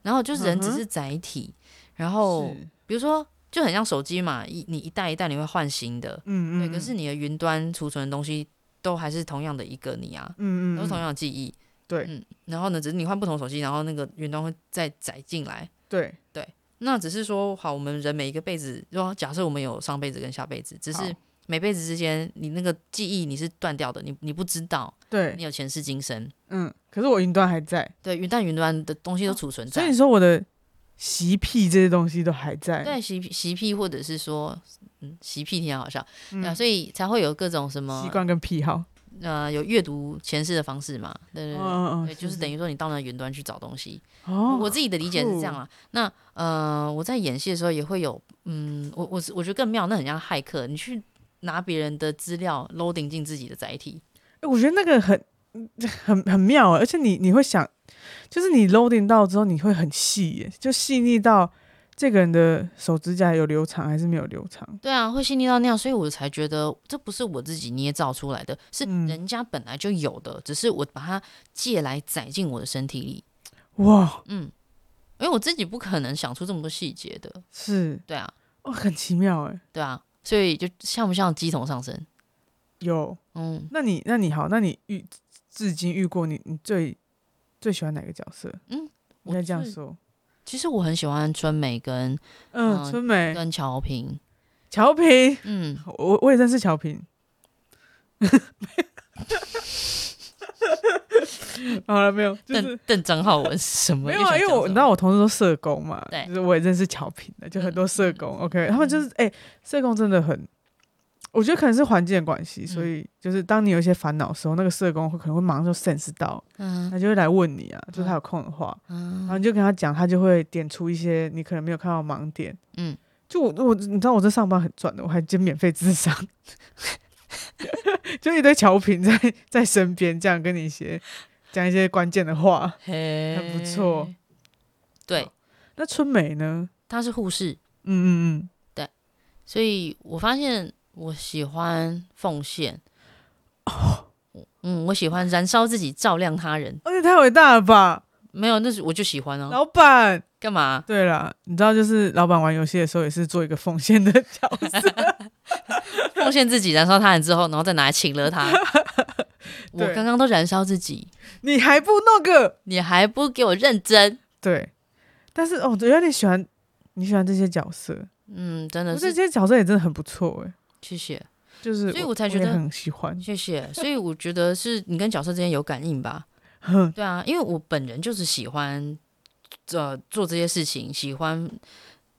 然后就是人只
嗯哼
是载体，然后
是
比如说就很像手机嘛，一你一代一代你会换新的，
嗯嗯，
对，可是你的云端储存的东西都还是同样的一个你啊，
嗯嗯
都是同
嗯，
样的记忆，
对
嗯，然后呢，只是你换不同手机，然后那个云端会再载进来，
对，
那只是说，好，我们人每一个辈子，就假设我们有上辈子跟下辈子，只
好
是每辈子之间，你那个记忆你是断掉的，你你不知道，
对
你，有前世今生。
嗯，可是我云端还在，
对，云但云端的东西都储存
所
在，
以你说我的习癖这些东西都还在，
对习习癖或者是说，嗯，习癖挺好笑，
嗯
对啊，所以才会有各种什么
习惯跟癖好，
呃，有阅读前世的方式嘛，对对
嗯
对。
嗯
对，
嗯，
就是等于说你到那云端去找东西。
哦，
我自己的理解是这样
酷
啦。那呃，我在演戏的时候也会有，嗯，我我我觉得更妙，那很像骇客，你去拿别人的资料 loading 进自己的载体。
欸我觉得那个很嗯很很妙欸，而且你你会想，就是你 loading 到之后，你会很细耶，就细腻到这个人的手指甲有留长还是没有留长。
对啊，会细腻到那样，所以我才觉得这不是我自己捏造出来的，是
嗯
人家本来就有的，只是我把它借来载进我的身体里。
哇，
嗯，因为我自己不可能想出这么多细节的。
是
对啊，
哇，很奇妙哎。
对啊，所以就像不像鸡同上身？
有，
嗯
那你那你好，那你遇至今遇过你你最最喜欢哪个角色？
嗯，
应该这样
最
说。
其实我很喜欢春美跟
嗯，
嗯
春梅、
跟乔平，
乔平，
嗯，
我我也认识乔平。 好了，没有，就是
邓邓张浩文是什么？
没有
又
啊，
想
因为
讲
我
什
你
么
知道我同事都社工嘛，
对嗯
就是我也认识乔平的，就很多社工。OK，他们就是哎、社工真的很，我觉得可能是环境的关系，所
嗯
以就是当你有一些烦恼的时候，那个社工会可能会马上就 sense 到，
嗯
他就会来问你啊，就是他有空的话，然后
嗯
你就跟他讲，他就会点出一些你可能没有看到的盲点。
嗯，
就我我你知道我这上班很赚的，我还兼免费智商。 就一堆乔平在在身边，这样跟你一些讲一些关键的话。
嘿
很不错。
对，
那春美呢？
他是护士，
嗯嗯哦
所以我发现我喜欢奉献。嗯，我喜欢燃烧自己，照亮他人。
而且哦太伟大了吧，
没有，那是我就喜欢啊。
老板。
干嘛？
对了，你知道，就是老板玩游戏的时候也是做一个奉献的角色，
奉献自己，燃烧他人之后，然后再拿来请了他。我
对
刚刚都燃烧自己，
你还不那个？
你还不给我认真？
对，但是哦，原来你喜欢你喜欢这些角色，
嗯，真
我
的
觉得
是
这些角色也真的很不错哎，
谢谢
就是
所以我才觉
也
得
很喜欢。
谢 谢。所以我觉得是你跟角色之间有感应吧？
哼，
对啊，因为我本人就是喜欢呃做这些事情，喜欢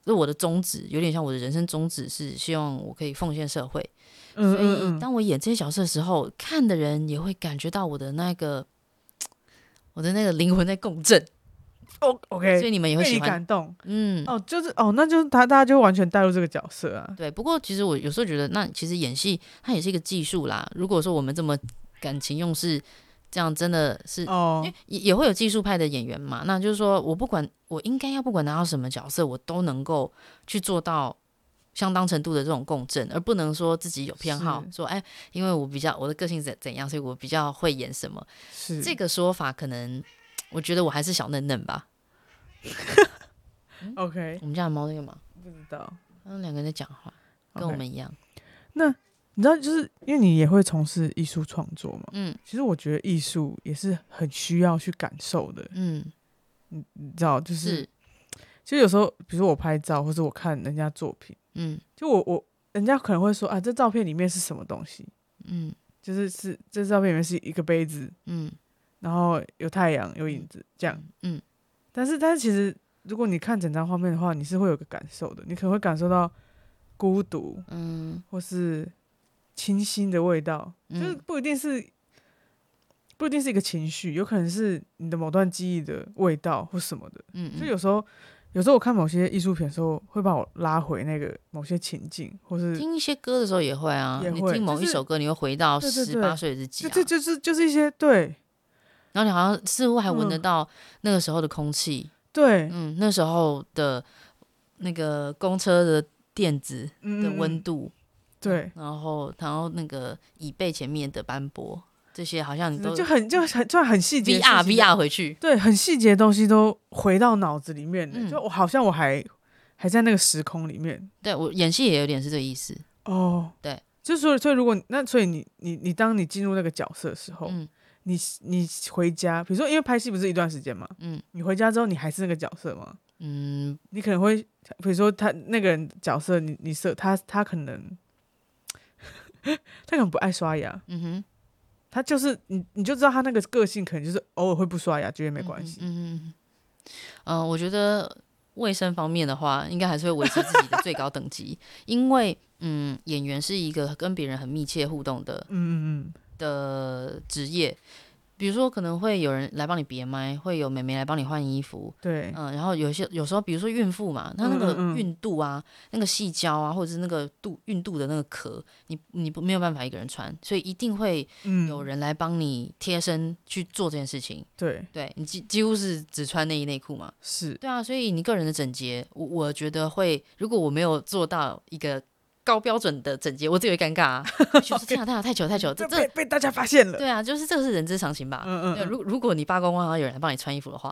就我的宗旨，有点像我的人生宗旨是希望我可以奉献社会。
嗯
所以
嗯嗯，
当我演这些角色的时候，看的人也会感觉到我的那个我的那个灵魂在共振，
哦，OK，
所以你们也会
被
喜
你
欢。
感动
嗯，
哦，就是哦，那就是他大家就完全带入这个角色啊。
对。不过其实我有时候觉得，那其实演戏它也是一个技术啦。如果说我们这么感情用事，这样真的是
哦
因为，也也会有技术派的演员嘛，那就是说我不管我应该要不管拿到什么角色，我都能够去做到相当程度的这种共振，而不能说自己有偏好
是，
说哎，因为我比较我的个性怎怎样，所以我比较会演什么。
是
这个说法可能，我觉得我还是小嫩嫩吧。
OK，
我们家的猫在干嘛？
不知道。
他们两个人在讲话，跟
OK
我们一样。
你知道，就是因为你也会从事艺术创作嘛。
嗯
其实我觉得艺术也是很需要去感受的，
嗯，
你知道，就是
是
其实有时候，比如说我拍照，或者我看人家作品，
嗯
就我我人家可能会说啊，这照片里面是什么东西？
嗯
就是是这照片里面是一个杯子，
嗯
然后有太阳，有影子这样。
嗯
但是但是其实如果你看整张画面的话，你是会有个感受的，你可能会感受到孤独
嗯
或是清新的味道，就是
嗯
不一定是。不一定是一个情绪，有可能是你的某段记忆的味道或什么的，
嗯，
就
嗯
有时候，有时候我看某些艺术品的时候，会把我拉回那个某些情境，或是
嗯听一些歌的时候也会啊，
也
你
会
听某
就
一
是
首歌，你会回到
对对对
十八岁的自己、
就
啊
这就是就是一些对
然后你好像似乎还闻得
嗯
到那个时候的空气，
对
嗯那时候的那个公车的垫子的
嗯
温
温
度，嗯
对，
然后然后那个椅背前面的斑驳，这些好像你都
就很就很就很细节的
VR
事情
VR 回去，
对很细节的东西都回到脑子里面了，
嗯
就我好像我还还在那个时空里面
对我演戏也有点是这个意思，
哦，
对，
就所以所以如果你那所以你你你当你进入那个角色的时候，
嗯
你你回家，比如说因为拍戏不是一段时间嘛，
嗯
你回家之后你还是那个角色吗？
嗯
你可能会，比如说他那个人角色，你你设他他可能， 他可能不爱刷牙，
嗯哼，
他就是你你就知道他那个个性可能就是偶尔会不刷牙，觉得没关系。
嗯嗯嗯嗯、呃我觉得卫生方面的话，应该还是会维持自己的最高等级，因为嗯，演员是一个跟别人很密切互动的
嗯嗯
的职业，比如说可能会有人来帮你别麦，会有美眉来帮你换衣服，
嗯，对，
嗯，然后有些有时候比如说孕妇嘛，她那
嗯嗯
个
嗯
孕肚啊，那个细胶啊，或者是那个肚孕肚的那个壳，你你不没有办法一个人穿，所以一定会
嗯，
有人来帮你贴身去做这件事情。
对
对你几几乎是只穿内衣内裤嘛，
是，
对啊，所以你个人的整洁，我我觉得会，如果我没有做到一个高标准的整洁，我自己会尴尬 啊， 我觉得天啊，天啊，太久太久，这这
这被被大家发现了。
对啊，就是这个是人之常情吧。
嗯嗯
对，
嗯，
如如果你罢工，然后有人来帮你穿衣服的话，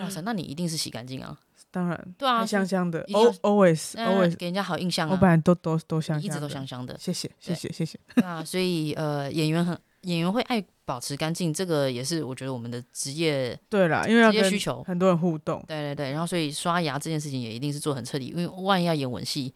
哇塞，那你一定是洗干净啊，
当然，
对啊
还香香的
一定要
，O always
那
always，
给人家好印象
我本
啊，
来都都都香
一直
香
都
的，，
香香的
谢谢谢
对
谢谢谢，
对啊，所以呃，演员很演员会爱保持干净，这个也是我觉得我们的职业，
对啦，因为要
职业
跟
需求
很多人互动，
对对对，然后所以刷牙这件事情也一定是做很彻底，因为万一要演吻戏，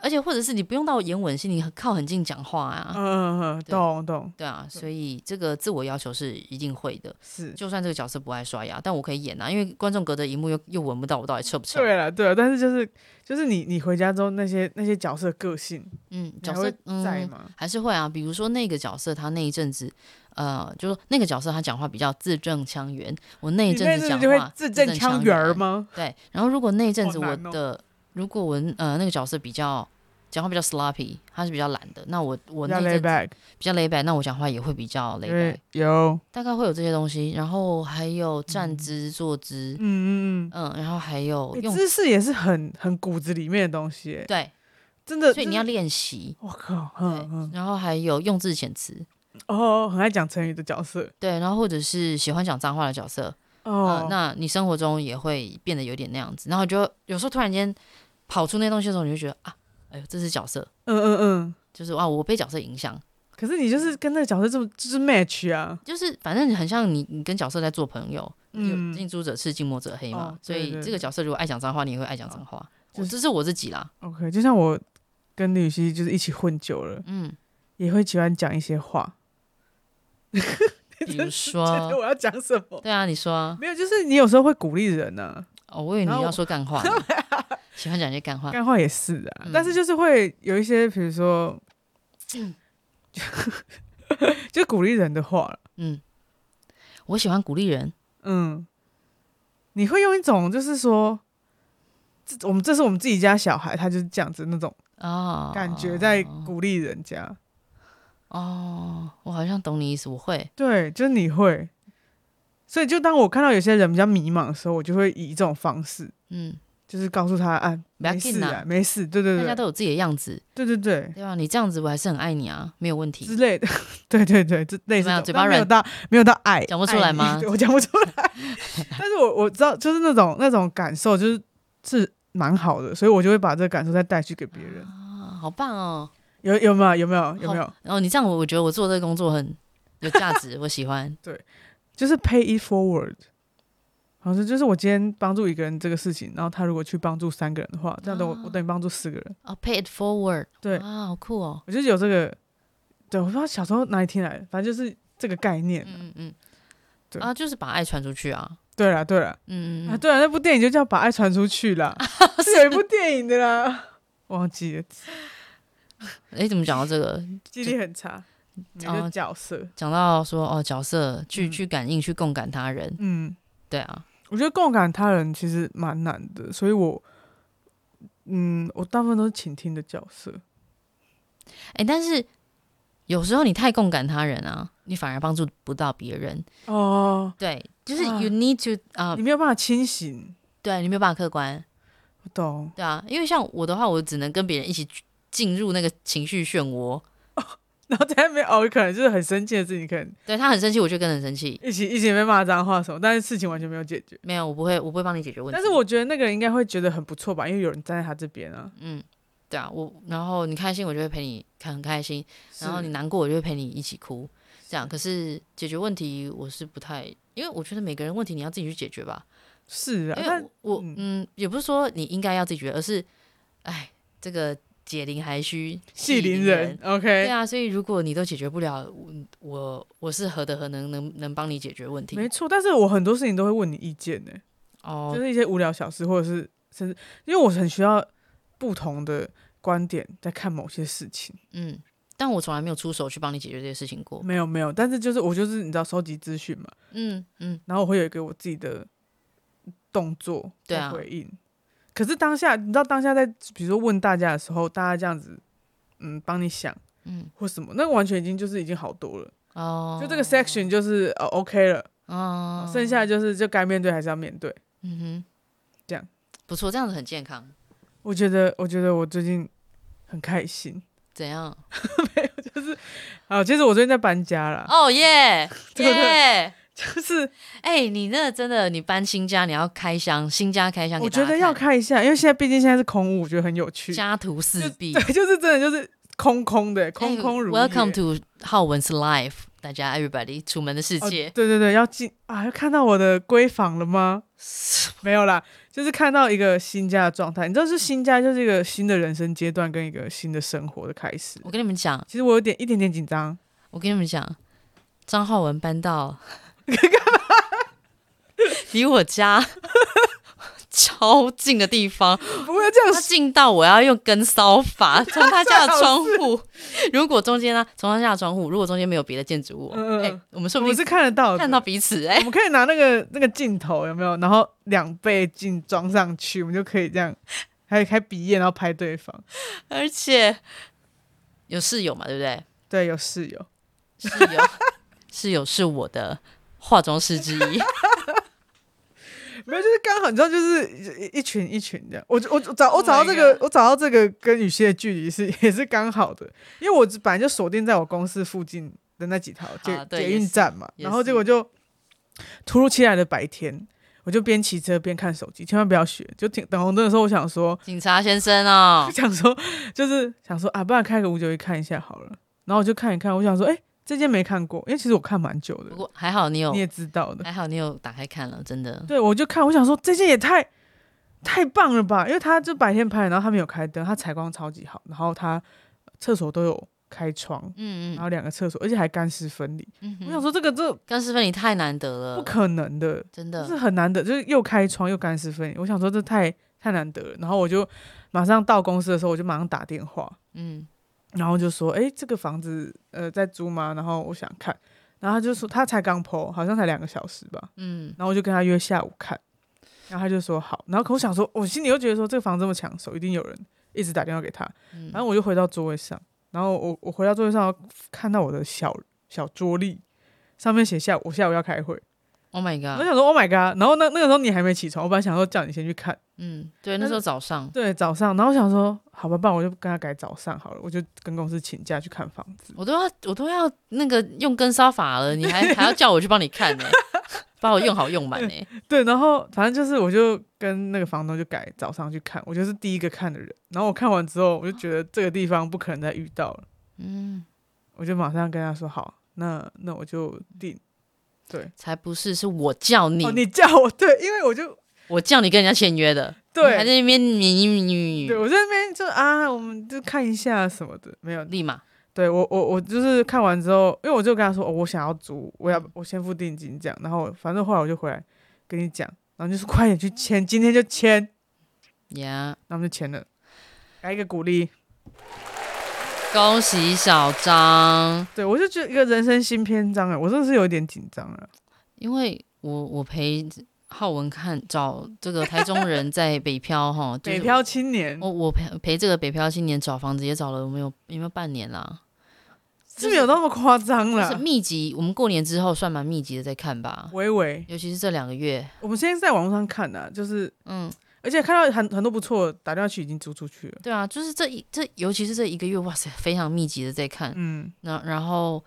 而且或者是你不用到演吻戏，你靠很近讲话
嗯
啊，
嗯嗯，
对
懂懂
对啊，所以这个自我要求是一定会的。
是，
就算这个角色不爱刷牙，但我可以演啊，因为观众隔着荧幕又又闻不到我到底臭不臭。
对啊了对了，但是就是就是你你回家之后那些那些角色的个性。
嗯，
你还
角
会
色嗯
在吗？
还是会啊，比如说那个角色他那一阵子，呃，就是那个角色他讲话比较字正腔圆，我那一
你那
阵子讲
就会
话
字正腔圆儿？吗？
对，然后如果那一阵子
好
我
难哦
的、如果我呃那个角色比较讲话比较 sloppy，他是比较懒的，那我我那
要
一
lay
阵子
back，
比较 lay back，那我讲话也会比较 lay back，
因为有，
大概会有这些东西，然后还有
嗯
站姿、坐姿，
嗯嗯嗯
嗯，然后还有
欸
用
姿势也是很很骨子里面的东西欸，
对，
真的。
所以
真
你
的
要，练习。
我靠，
对
嗯，
然后还有用字遣词，
嗯，哦，很爱讲成语的角色
对，然后或者是喜欢讲脏话的角色，
哦
呃，那你生活中也会变得有点那样子，然后你就有时候突然间跑出那东西的时候，你就觉得啊，哎呦，这是角色，
嗯嗯嗯。
就是哇，我被角色影响，
可是你就是跟那个角色这么就是 match 啊，
就是反正很像你，你跟角色在做朋友，有
嗯
近朱者赤，近墨者黑嘛，
哦对
所以
对哦
这个角色如果爱讲脏话，你也会爱讲脏话，
就
我这是我自己 啦，
，OK，就像我跟李雨熙就是一起混久了，
嗯，
也会喜欢讲一些话。
比如
觉得
说，
我要讲什么？
对啊，你说啊，
没有，就是你有时候会鼓励人呢、啊，
哦，我以为你
然后
要
我
说干 话呢，喜欢讲一些干话，
干话也是啊，
嗯
但是就是会有一些，比如 说，就鼓励人的话了
嗯，我喜欢鼓励人，
嗯，你会用一种就是说，这我们这是我们自己家小孩，他就是这样子那种
哦，
感觉在鼓励人家。
哦，我好像懂你意思，我会，
对，就是你会，所以就当我看到有些人比较迷茫的时候，我就会以这种方式，
嗯，
就是告诉他，啊，
不要
没
紧
事
啦
啊，没事，对对
大家
对，
都有自己的样子，
对对对。
对吧？啊你这样子我还是很爱你啊，没有问题
之。类的， 对对对，这类似
怎么样
这种
嘴巴
但没有
软
到没有到爱，
讲不出
爱
来
你
吗
对我讲不出来， 但是我我知道，就是那种那种感受，就是是蛮好的，所以我就会把这个感受再带去给别人。
啊，好棒哦！
有有没有有没有有没有
好？然后你这样，我我觉得我做这个工作很有价值，我喜欢。
就是 pay it forward，好像就是我今天帮助一个人这个事情，然后他如果去帮助三个人的话，这样等我、
啊
我等于帮助四个人。
哦，pay it forward，
对
啊，好酷哦。
我就是有这个，对我不知道小时候哪里听来的，反正就是这个概念。
嗯嗯嗯，
对
啊，就是把爱传出去啊。
对了对了、
嗯啊
啊
嗯
对了，那部电影就叫《把爱传出去》啦，是有一部电影的啦，忘记了，
嗯，哎，怎么讲到这个？
记忆力很差，每
哦
个角色。
讲到说哦，角色去
嗯
去感应，去共感他人，
嗯，
对啊，
我觉得共感他人其实蛮难的，所以我。嗯，我大部分都是倾听的角色，
哎，但是有时候你太共感他人啊，你反而帮助不到别人。
哦，
对，就是
啊
you need to 啊、
你没有办法清醒，
对你没有办法客观，
我懂，
对啊，因为像我的话，我只能跟别人一起进入那个情绪漩涡。
然后在那边哦，可能就是很生气的事情，可能
对他很生气，我就跟着很生气。
一起一起被骂脏话什么，但是事情完全没有解决。
没有，我不会，我不会帮你解决问题。
但是我觉得那个人应该会觉得很不错吧，因为有人站在他这边啊。
嗯，对啊，我然后你开心，我就会陪你看很开心；
是
然后你难过，我就会陪你一起哭。这样，可是解决问题我是不太，因为我觉得每个人问题你要自己去解决吧。
是啊，
因
但
为我我
嗯
嗯，也不是说你应该要自己解决，而是，哎，这个解铃还需
系邻人。
对
OK，
啊，所以如果你都解决不了，我我我是何德何能能能
哦
帮你解决问题？
没错。但是我很多事情都会问你意见呢、
哦
就，是一些无聊小事，或者是甚至因为我很需要不同的观点在看某些事情。
嗯，但我从来没有出手去帮你解决这些事情过。
没有没有，但是就是我就是你知道收集资讯嘛，
嗯嗯，
然后我会有一个我自己的动作
对
在
啊
回应。可是当下，你知道当下在比如说问大家的时候，大家这样子，嗯，帮你想，
嗯
嗯，或什么，那完全已经就是已经好多了。
哦，
就这个 section 就是呃 OK 了，
哦，
剩下就是就该面对还是要面对。
嗯哼，
这样
不错，这样子很健康。
我觉得，我觉得我最近很开心。
怎样？
好，其实我最近在搬家啦，
哦 耶
对对
耶！
就是
哎，你那真的，你搬新家，你要开箱，新家开箱给
我
大家
觉
看，
得要看一下，因为现在毕竟现在是空屋，我觉得很有趣。
家徒四 壁。
对，就是真的就是空空的，空
哎
空如也。
Welcome to 浩文 's life，大家 everybody 楚门的世
哦
界。
对对对，要进啊！要看到我的闺房 了吗？没有啦，就是看到一个新家的状态。你知道，是新家就是一个新的人生阶段跟一个新的生活的开始。
我跟你们讲，
其实我有点一点点紧张，
我跟你们讲，张浩文搬到离我家 超近的地方，
不会这样
他近到我要用根扫 把从他家的窗户。如果中间呢、从他家的窗户，如果中间没有别的建筑物，哎、
嗯嗯嗯
我们说
我
不定
们是看得到的，
看到彼此、哎
我，们可以拿那个那个镜头有没有？然后两倍镜装上去，我们就可以这样，还还比耶，然后拍对方。
而且有室友嘛，对不对？
对，有室友，
室友， 室友是我的化妆师之 一。
没有就是刚好，你知道，就是一一群一群这样。我我我找我找到这个
Oh my，god
我找到这个跟雨熙的距离是也是刚好的，因为我只本来就锁定在我公司附近的那几条
啊
捷
对
捷
也
运
是
站嘛，
也
然后
是
结果就突如其来的白天，我就边骑车边看手机，千万不要学。就停等红灯的时候，我想说，
警察先生啊、
想说就是想说啊，不然开个五九一看一下好了。然后我就看一看，我想说，哎、这间没看过，因为其实我看蛮久
不
的，
过哦还好你有
你，也知道的。
还好你有打开看了，真 的。
对，我就看，我想说这件也太太棒了吧，因为他就白天拍，然后他没有开灯，他采光超级好，然后他呃厕所都有开窗，
嗯
然
嗯
后两个厕所，而且还干湿分离。
嗯
啊我想
哼，
说这个这
干湿分离太难得了，
不可能的，
真
这
的
是。很难得，就是又开窗又干湿分离。我想说这太太难得了，然后我就马上到公司的时候，我就马上打电话，
嗯，
然后就说：“哎、这个房子呃在租吗？”然后我想看，然后他就说他才刚 PO，好像才两个小时吧。
嗯，
然后我就跟他约下午看，然后他就说好。然后可我想说，我心里又觉得说这个房子这么抢手，一定有人一直打电话给他。
嗯
然后我就回到座位上，然后我我回到座位上看到我的小小桌历上面写下我下午要开会，
Oh my
我
god！
想说 Oh my god！然后那那个时候你还没起床，我本来想说叫你先去看，
嗯，对，那时候早上，
对早上，然后我想说好吧，不然我就跟他改早上好了，我就跟公司请假去看房子。
我都要我都要那个用根沙法了，你 还还要叫我去帮你看呢、把我用好用满呢、
对，然后反正就是，我就跟那个房东就改早上去看，我就是第一个看的人。然后我看完之后，我就觉得这个地方不可能再遇到了，
嗯，
我就马上跟他说好，那那我就定。对，
才不是，是我叫你，
哦，你叫我对，因为我就
我叫你跟人家签约的，你还在
对
那边你你你
对，我在那边就啊，我们就看一下什么的，没有。
立马，
对我我我就是看完之后，因为我就跟他说，哦、我想要租，我要我先付定金这样，然后反正后来我就回来跟你讲，然后就说 快点去签，今天就签，
呀、
然后我们就签了，来一个鼓励。
恭喜小张，
对，我就觉得一个人生新篇章啊，我真的是有一点紧张了。
因为我我陪浩文看找这个台中人在北漂 哈，就是
北漂青年
我我陪陪这个北漂青年找房子也找了有没有有没有半年啦？
是没有那么夸张
就是
啦，
密集，我们过年之后算蛮密集的在看吧，
微微，
尤其是这两个月，
我们现在在网络上看的、啊，就是
嗯，
而且看到很很多不错，打电话去已经租出去了。
对啊，就是这一这，尤其是这一个月，哇塞，非常密集的在看。
嗯，
那、然后，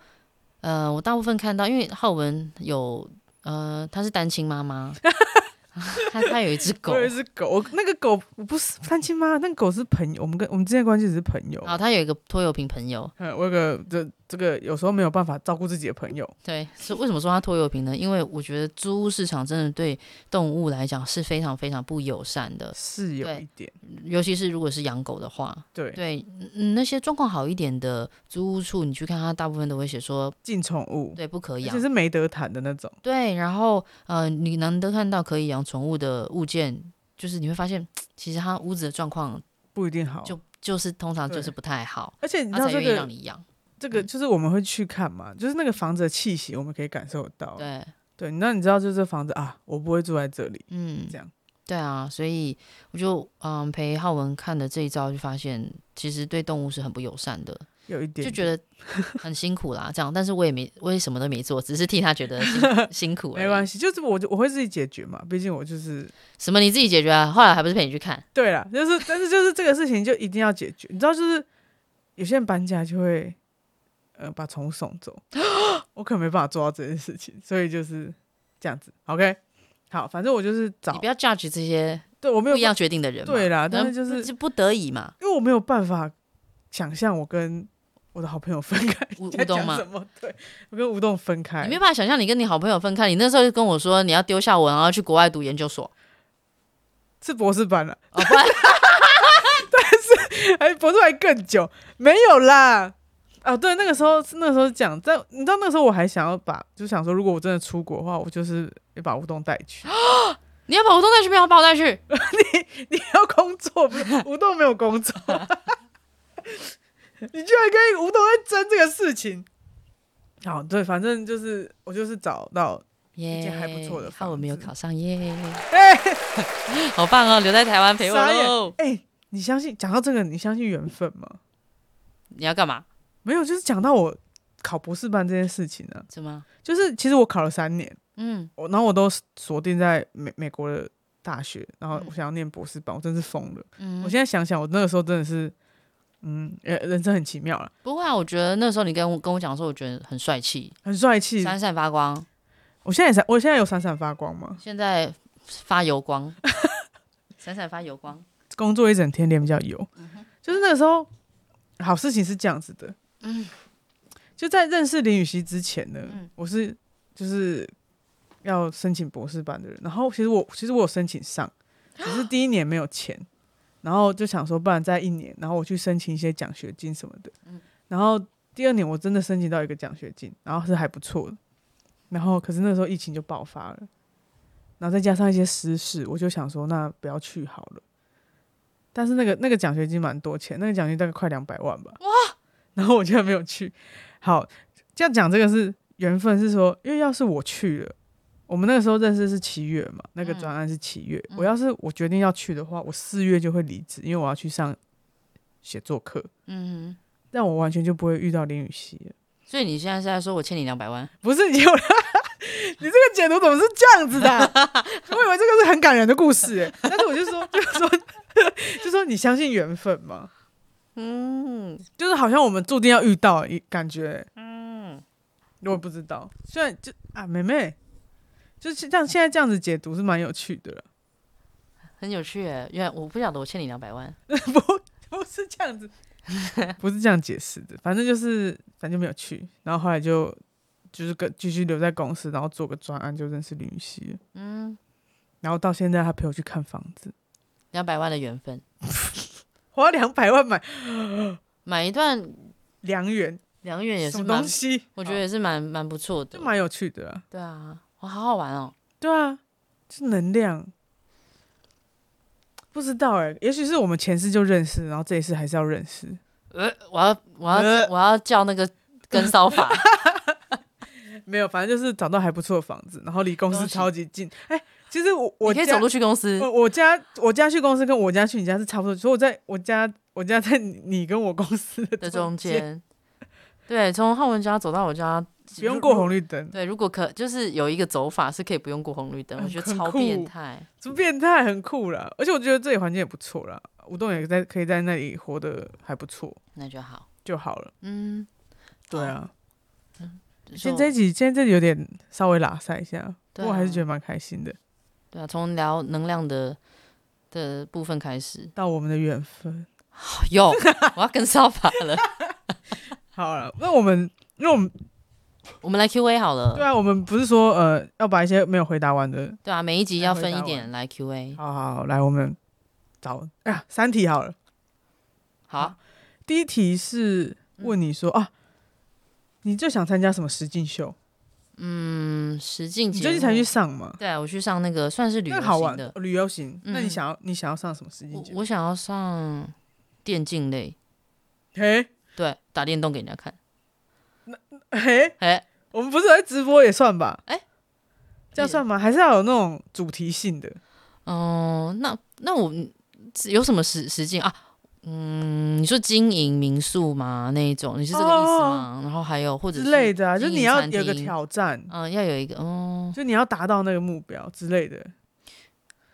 呃，我大部分看到，因为浩文有，呃，她是单亲妈 妈，她她有一只狗
我，有一只狗，我那个狗我不是三亲妈，那个狗是朋友，我们跟我们之间的关系只是朋友
然。后她有一个拖油瓶朋友。
嗯，我有个这这个有时候没有办法照顾自己的朋友，
对，是为什么说她拖油瓶呢？因为我觉得租屋市场真的对动物来讲是非常非常不友善的，
是有
对
一点
尤其是如果是养狗的话。
对
对，嗯，那些状况好一点的租屋处，你去看，它大部分都会写说，
进宠物，
对，不可
而
养
且。是没得谈的那种。
对，然后呃，你难得看到可以养宠物的物件，就是你会发现，其实它屋子的状况
不一定好，
就就是通常就
哦对
是不太好，
而且你知
它
道
才
这
愿意让
个
你养。
这
嗯
个就是我们会去看嘛，就是那个房子的气息，我们可以感受得到。
对，
对，那你知道就是这房子啊，我不会住在这里，
嗯，
这样
对啊，所以我就嗯陪浩文看的这一招，就发现其实对动物是很不友善的，
有一点
就觉得很辛苦啦。这样，但是我也没我也什么都没做，只是替他觉得 辛辛苦而已。
没关系，就是我就我会自己解决嘛，毕竟我就是
什么你自己解决啊？后来还不是陪你去看？
对啦，就是但是就是这个事情就一定要解决，你知道就是有些人搬家就会呃把宠物送 走，我可能没办法做到这件事情，所以就是这样子，OK。好，反正我就是
你
找
不，要 judge 这些
对我没
不
有
一样决定的人嘛。
对啦，
可能
但是就是
不不得已嘛。
因为我没有办法想象我跟我的好朋友分开，
吴
在
吴东
讲
吗
什么？对，我跟吴栋分开，
你没有办法想象你跟你好朋友分开，你那时候就跟我说你要丢下我，然后去国外读研究所。
是博士班啊了，
哦，不 然
还哎博士班更久，没有啦。啊，对，那个时候是那个时候是讲，但你知道那个时候我还想要把，就想说，如果我真的出国的话，我就是也把吴栋带 去。
你要把我东带去，不要把我带去。
你要工作，不是吴栋没有工作， 你居然跟吴栋在争这个事情。好，对，反正就是我就是找到
耶、
件还不错的
看我没有
房子哎
考上耶， 好棒哦，留在台湾陪我
傻眼
喽。
哎、你相信讲到这个，你相信缘分吗？
你要干嘛？
没有，就是讲到我考博士班这件事情呢、
怎么？
就是其实我考了三年，
嗯，
我然后我都锁定在美美国的大学，然后
嗯
我想要念博士班，我真是疯了。
嗯
我现在想想，我那个时候真的是嗯，人人生很奇妙了，
不会啊，我觉得那时候你跟我跟我讲说，我觉得很帅气，
很帅气。
闪闪发光，
我现在也闪，我现在有闪闪发光吗？
现在发油 光，闪闪发油光。
工作一整天，脸比较油。就是那个时候，好事情是这样子的。就在认识林雨熙之前呢，
嗯
我是就是要申请博士班的人。然后其实我其实我有申请上，只是第一年没有钱，然后就想说，不然再一年，然后我去申请一些奖学金什么的。然后第二年我真的申请到一个奖学金，然后是还不错的。然后可是那时候疫情就爆发了，然后再加上一些私事，我就想说，那不要去好了。但是那个那个奖学金蛮多钱，那个奖学金大概快两百万吧。哇！然后我居然没有去。好，这样讲这个是缘分，是说，因为要是我去了，我们那个时候认识是七月嘛，那个
嗯
专案是七月。我要是我决定要去的话，我四月就会离职，因为我要去上写作课。
嗯，
但我完全就不会遇到林雨熙了。
所以你现在是在说我欠你两百万？
不是你有， 你这个解读怎么是这样子的啊、 我以为这个是很感人的故事、欸，但是我就说， 就说，就说你相信缘分吗？
嗯
就是好像我们注定要遇到，一感觉、
嗯，
我也不知道。虽然就啊，妹妹，就是这样，现在这样子解读是蛮有趣的了，
很有趣耶。原来我不晓得我欠你两百万。
不 不是这样子， 不是这样解释的。反正就是，反正没有去，然后后来就就是跟继续留在公司，然后做个专案，就认识林雨熙了。
嗯，
然后到现在，他陪我去看房子，
两百万的缘分，
花两百万买
买一段
良缘，
良缘也
什
是
么
蛮
东，西？啊
我觉得也是蛮蛮不错的
就。蛮有趣的啊。
对啊，哇，好好玩哦。
对啊，就是能量。不知道哎、也许是我们前世就认识，然后这一世还是要认识。
呃，我要我要、
呃
我要叫那个跟骚法，
没有，反正就是找到还不错的房子，然后离公司
恭喜
超级近。哎、其实我 我
你可以
家
走路去公司。
我我家我家去公司跟我家去你家是差不多，所以我在我家我家在你你跟我公司
的
的
中
间，
间。对，从浩文家走到我家，
不用过红
绿。
绿灯，
对，如果可就是有一个走法是可以不用过红绿灯，我
很
觉得
很
超
酷
变态。
这变态很酷啦。而且我觉得这里环境也不错啦，吴栋也在可以在那里活得还不错
那就好，
就好了。
嗯，
对啊，
哦就
现在这一集现在这里有点稍微拉塞一下，不
对
过我还是
啊
觉得蛮开心的。
对啊，从聊能量的的部分开始。
到我们的缘分，
有，我要跟骚法了。
好了，那我们因为我们
我们来 Q&A 好
对
了。
啊，我们不是说呃要把一些没有回答完的
对啊，每一集
来
要
回
分
答
一
完
点来 Q&A。
好好，好来我们找哎呀，三题好了。
好，
第一题是
嗯
问你说、啊，你最想参加什么实境秀？
嗯，实境
你
节
最近才
目
去上嘛？
对啊，我去上那个算是旅
那
游
个好
型
玩
的，
旅游型。那你
嗯
想要你想要上什么实境
我
节目？
我想要上电竞类，
嘿
对，打电动给人家看。
嘿，
哎、
我们不是在直播也算吧？
哎
这样算吗？还是要有那种主题性的？
哦、那那我嗯有什么实实境啊？嗯，你说经营民宿吗？那一种，你是这个意思吗？然后还有或者
哦之
是
类的啊，就
经营
你要
餐
有个
厅，
挑战，
嗯、要有一个，嗯
就你要达到那个目标之类的。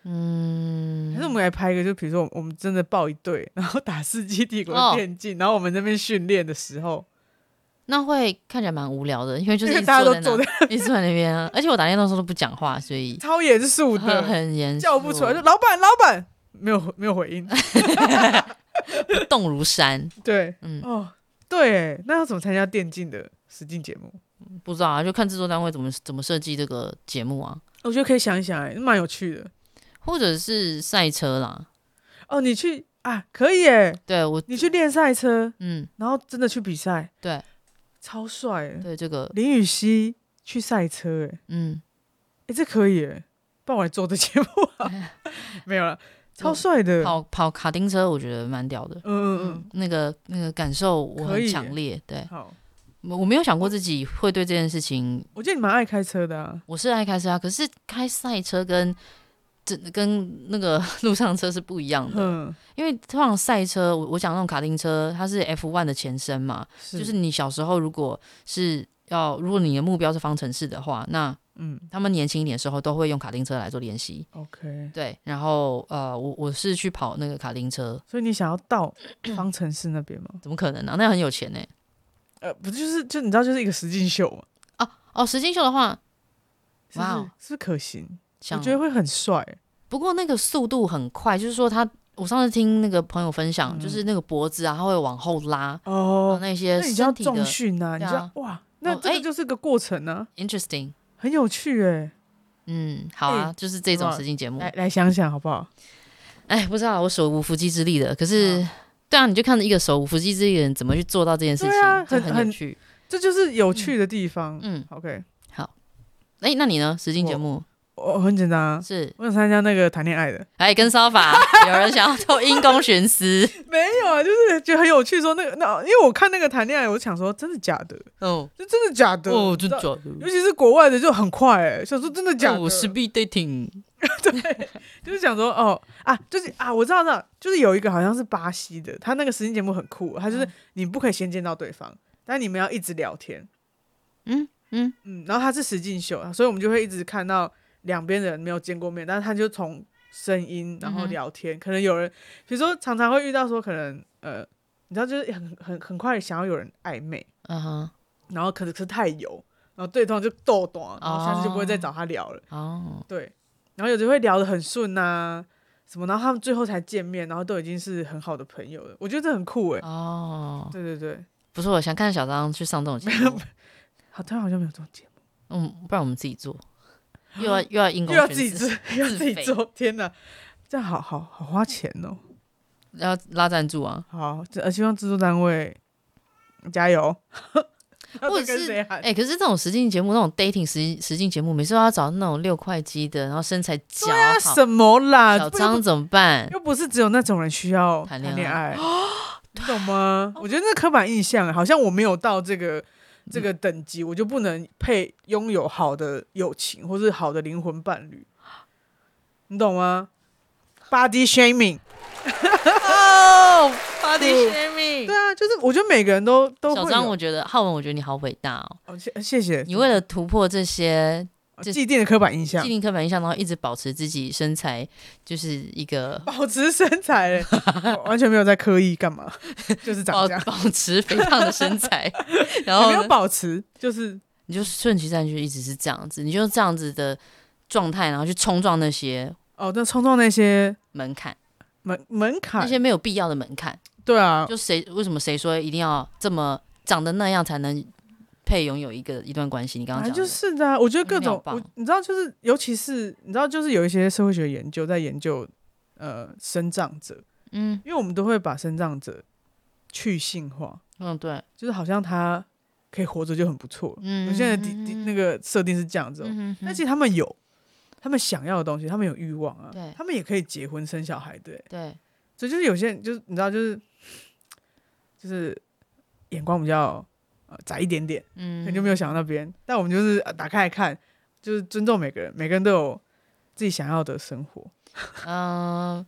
嗯
还是我们来拍一个，就比如说我们真的报一队，然后打《世纪帝国》
哦
电竞，然后我们那边训练的时候，
那会看起来蛮无聊的，因为就是一
因为
直
大家
坐
都
在
坐
那
在，
一直坐在那边啊。而且我打电动的时候都不讲话，所 以
超严肃的，
很很严肃，
叫不出来，就老板老板没有没有回 音，
不动如山。
对，
嗯
哦，对，那要怎么参加电竞的实境节目？
不知道啊，就看制作单位怎么怎么设计这个节目啊，
我觉得可以想一想、欸，蛮有趣的。
或者是赛车啦。
哦，你去啊，可以哎、
对我，
你去练赛车，
嗯，
然后真的去比赛，
对，
超帅、欸。
对这个，
林雨熙去赛车、欸，哎、
嗯，
这可以、欸，帮我来做这节目 啊，没有了，超帅的，嗯
跑跑卡丁车，我觉得蛮屌的。
嗯
那个那个感受我
可
很
以耶
强烈，对
嗯，好，
我我没有想过自己会对这件事情。
我觉得你蛮爱开车的啊，
我是爱开车啊，可是开赛车跟这跟那个 路上车是不一样的，
嗯，
因为通常赛车，我我讲那种卡丁车，它是 F one 的前身嘛，
是
就是你小时候如果是要，如果你的目标是方程式的话，那
嗯
他们年轻一点的时候都会用卡丁车来做练习。
，OK。
对，然后呃，我我是去跑那个卡丁车，
所以你想要 到方程式那边吗？
怎么可能呢、啊？那很有钱呢、
呃，不就是就你知道就是一个实境秀嘛？
哦，石金秀的话，
是不是
哇哦
是不是可行？我
想
觉得会很帅。
不过那个速度很快，就是说他，我上次听那个朋友分享，
嗯
就是那个脖子啊，他会往后拉，然后
哦，
那
那
些
你就要
身体
重
的
训啊，你
对
就
啊
要哇，那
哦
这个
哎
就是个过程呢，
interesting。
很有趣哎。
嗯，好啊，就是这种
什么
实境节目。
来来想想好不好？
哎，不知道，我手无缚鸡之力的，可是。
嗯
对啊，你就看着一个手无缚鸡之力的人怎么去做到这件事
对
情，
啊
就
很
很有趣。
这就是有趣的地方。
嗯，
OK，
哎、那你呢？实境节目
我很简单啊，
是
我想参加那个谈恋爱的。
哎跟骚法，有人想要 偷因公徇私。
没有啊，就是觉得很有趣，说那个那，因为我看那个谈恋爱，我想说真的假的，
哦
就真的假的
哦，
你
真
知道
假的？
尤其是国外的就很快、欸，想说真的假的，
哦我是 B dating，
就是想说哦啊，就是啊，我知道，知道，就是有一个好像是巴西的，他那个实境节目很酷，他
嗯
就是你不可以先见到对方，但你们要一直聊天，
嗯嗯
嗯，然后他是实境秀，所以我们就会一直看到两边的人没有见过面，但是他就从声音然后
嗯哼
聊天，可能有人，比如说常常会遇到说可能呃，你知道就是很很很快想要有人暧昧，
嗯哼，
然后可是可是太油，然后对方就斗短，然后下次就不会再找他聊了。
哦，
对，然后有时候会聊得很顺呐、什么，然后他们最后才见面，然后都已经是很好的朋友了，我觉得这很酷哎、
哦，
对对对，
不是，我想看小张去上这种节 目，
好，台湾好像没有这种节目，
嗯，不然我们自己做，又要又要因
又
公
要
徇
自己做
私，，
又要自己
费
做，天哪，这样好好好花钱哦。
要拉赞助啊。
好，这呃希望制作单位加油。 要
或者
跟
是
谁喊
哎、可是这种实境节目，那种 dating 实实境节目，每次都要找那种六块肌的，然后身材姣
那
好，
啊什么啦？
小
不
张怎么办？
又不是只有那种人需要谈
谈恋啊
恋爱，你懂吗？我觉得那刻板印象好像我没有到这
嗯
个这个等级，我就不能配拥有好的友情或是好的灵魂伴侣，你懂吗？Body shaming，
哦，body
对
shaming。
啊，就是我觉得每个人都都
小
会
张，
有
我觉得浩文，我觉得你好伟大哦！
哦，谢谢谢
你为了突破这些
哦既定的刻板印象
既，定刻板印象，然后一直保持自己身材，就是一个
保持身 材、欸我完全没有在刻意干嘛，就是长
保
这样，
保持肥胖的身 材，然
也
后
没有
呢
保持，就是
你就顺其自然，就一直是这样子，你就这样子的状态，然后去冲撞那些
哦，那冲撞那些
门槛，
门门
那
槛，
些没有必要的门槛。
对啊，
就谁为什么谁说一定要这么长得那样才能配拥有一个一段关系？你刚
反
刚
正
讲
就
的
是的啊、我觉得各
那
种
很，棒
我你知道，就是尤其是你知道，就是有一些社会学研究在研究呃生长者，
嗯
因为我们都会把生长者去性化，
嗯对，
就是好像他可以活着就很不错。
嗯
有些人的底底那个设定是这样子、哦，
嗯
但其实他们有他们想要的东西，他们有欲望啊
对，
他们也可以结婚生小孩的欸、
对，
所以就是有些人就是你知道，就是就是眼光比较呃窄一点点。可
嗯
能就没有想到那边。但我们就是呃打开来看，就是尊重每个人，每个人都有自己想要的生活。
嗯，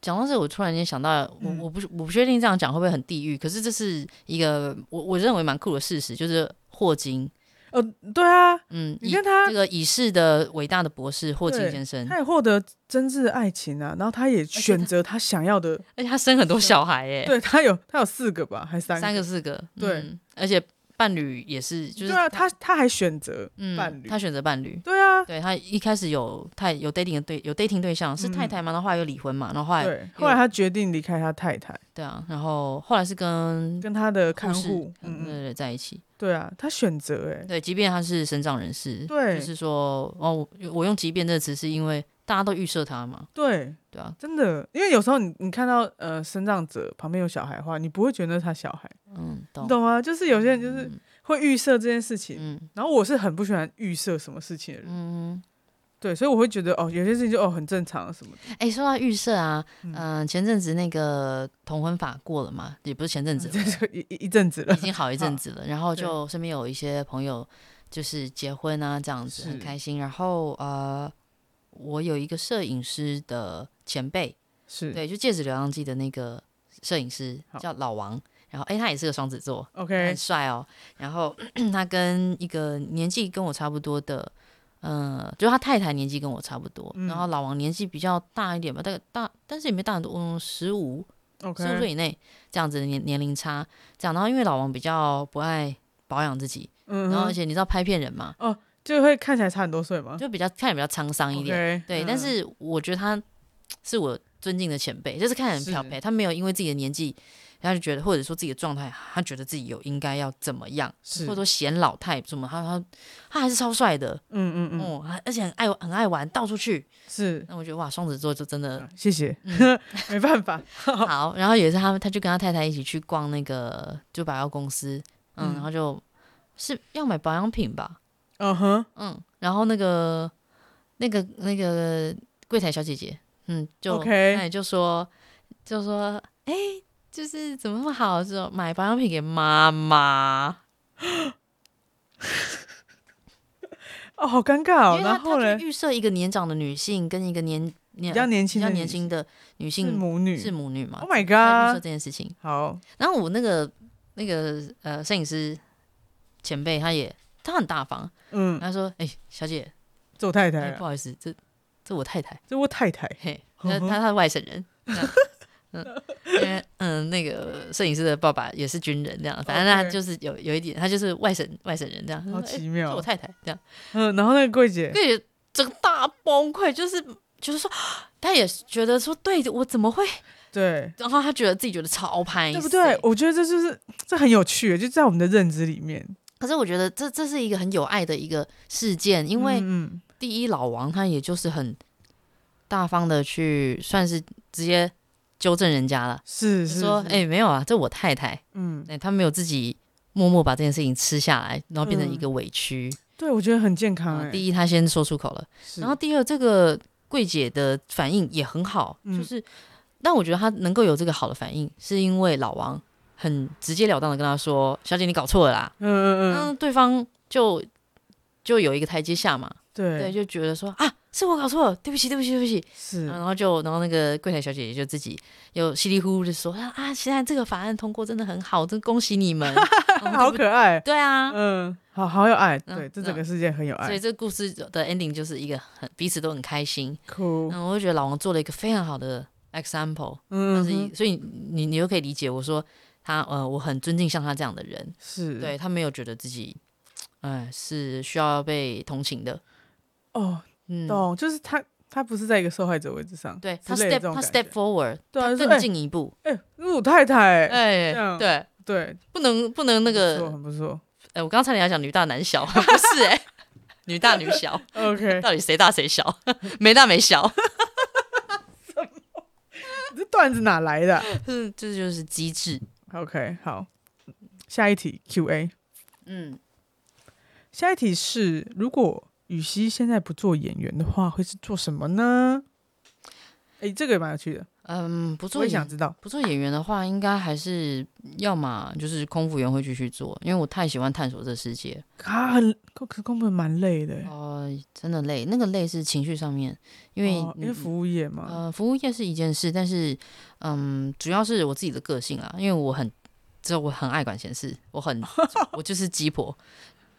讲到这，我突然间想到，我
嗯
我不我不确定这样讲会不会很地狱，可是这是一个我我认为蛮酷的事实，就是霍金，
呃，对啊，
嗯，
你
以
看他
这个已逝的伟大的博士霍金
对
先生，
他也获得真挚的爱情啊，然后他也选择他想要的。
而且他生很多小孩耶，
对他有他有四个吧，还是三
三个四个，
对
嗯而且伴侣也是，就是
对啊，他他还选择
嗯
伴侣。
他选择伴侣。
对啊，
对他一开始有太有 dating 的对有 dating 对象是太太嘛，然后后来又离婚嘛，然后后来
嗯对。后来他决定离开他太太，
对啊，然后后来是跟
跟他的
护
看
士
护。
嗯对
嗯嗯，
对对在一起。
对啊，他选择哎、
对，即便他是身障人士，
对
就是说哦，我我用“即便”这个词是因为大家都预设他嘛，
对，
对啊，
真的，因为有时候你你看到呃生长者旁边有小孩的话，你不会觉得那是他小孩，
嗯，懂，
你懂吗？就是有些人就是会预设这件事情，
嗯
然后我是很不喜欢预设什么事情的人，
嗯，
对，所以我会觉得哦，有些事情就哦很正常什么的，
哎、说到预设啊，嗯、前阵子那个同婚法过了嘛，也不是前阵子，
这就一一一阵子了
已，经好一 阵子了。然后
嗯对
就身边有一些朋友就是结婚啊，这样子
是
很开心。然后呃，我有一个摄影师的前辈，
是
对，就《戒指流浪记》的那个摄影师
好
叫老王。然后哎、他也是个双子座，
，OK，
很帅哦。然后他跟一个年纪跟我差不多的嗯，就他太太年纪跟我差不多，
嗯
然后老王年纪比较大一点吧，大概大，但是也没大很多，嗯，十五十五
OK，
岁以内这样子的年年龄差。这样，然后因为老王比较不爱保养自己，
嗯
然后而
哼，
且你知道拍片人嘛，
就会看起来差很多岁嘛，
就比较看起来比较沧桑一点。
OK，
对，
嗯
但是我觉得他是我尊敬的前辈，就是看起来很
是
漂白，他没有因为自己的年纪，他就觉得或者说自己的状态，他觉得自己有应该要怎么样，
是
或者说显老态什么，他他他还是超帅的，
嗯嗯嗯，
哦，还而且很爱很爱玩，到处去。
是，
那我觉得哇，双子座就真的
谢谢，
嗯
没办法，
好。然后有一次他们，他就跟他太太一起去逛那个就百货公司，嗯，
嗯
然后就是要买保养品吧，
嗯哼，
嗯，然后那个那个那个柜台小姐姐，嗯，就
OK
那也就说就说哎、就是怎么那么好，就买保养品给妈妈，
哦，好尴尬哦
因为，他
然后
他
嘞
就，预设一个年长的女性跟一个年年
比较年轻
比
的
较
女
年轻的女
是
性
母女
是母女嘛
，Oh my
他预设
god，
这件事情。
好，
然后我那个那个呃摄影师前辈，他也他很大方，
嗯，
他说：“哎、小姐，
做太
哎
太
不
了，
好意思，这这我太太，
这我太太，
嘿，
呵
他
呵
他他外省人。这 样”嗯，因为嗯，那个摄影师的爸爸也是军人，这样，反正他
OK
就是有有一点，他就是外省外省人这样。
哦好
他说哎
奇
这我
妙，哦
太太这样，
嗯，然后那个柜姐，
对，整个大崩溃，就是就是说，他也觉得说，对我怎么会？
对。
然后他觉得自己觉得超拍，
对不对？我觉得这就是这很有趣，就在我们的认知里面。
可是我觉得这这是一个很有爱的一个事件，因为
嗯，
第一老王他也就是很大方的去，算是直接纠正人家了，
是
就是说
是
哎、没有啊，这我太太，
嗯，
哎、他没有自己默默把这件事情吃下来，然后变成
嗯
一个委屈。
对，我觉得很健康
啊
哎。
第一他先说出口了，
是，
然后第二这个柜姐的反应也很好，
嗯
就是但我觉得她能够有这个好的反应，是因为老王很直截了当的跟她说，小姐你搞错了啦。
嗯嗯嗯，
嗯，对方就就有一个台阶下嘛，对，
对，嗯
就觉得说啊，是我搞错了，对不起，对不起，对不起。
是
然后就，然后那个柜台小姐姐就自己又稀里糊涂的说啊，现在这个法案通过真的很好，真恭喜你 们。然后
好
我就
可爱。
嗯对啊，
嗯，好好有爱，
嗯
对，这
嗯
整个世界很有
所以
爱，
这故事的 ending 就是一个很彼此都很开心。
哭，
嗯，我就觉得老王做了一个非常好的 example，但
嗯
是
哼
所以你你就可以理解我说他呃，我很尊敬像他这样的人，
是，
对他没有觉得自己哎、是需要被同情的。
哦，
嗯，
懂，就是他他不是在一个受害者位置上，
对
之
他
类的这
step
种
他
感觉
step forward，
对啊
他
就是
更
哎
进一步，
哎，鲁太太，哎，
哎
这样
对，
对，
不能不能那
不错
个，
很不错
哎，我刚才你要讲女大男小， 不是哎，女大女 小，
，OK，
到底谁大谁小？没大没小，
这段子哪来的啊
嗯， 这就是机智，
？OK，好，下一题 Q&A，
嗯，
下一题是，如果羽西现在不做演员的话，会是做什么呢？哎，这个也蛮有趣的，
嗯，不
我
做
也想
演
知道。
不做演员的话，应该还是要么就是空服员会继续做，因为我太喜欢探索这世界，
啊，很可可根本蛮累的欸，
哦，真的累，那个累是情绪上面，因为
哦因为
你
服务业嘛，
呃，服务业是一件事，但是嗯，主要是我自己的个性啦，因为我很，知道我很爱管闲事，我 很，我就是鸡婆，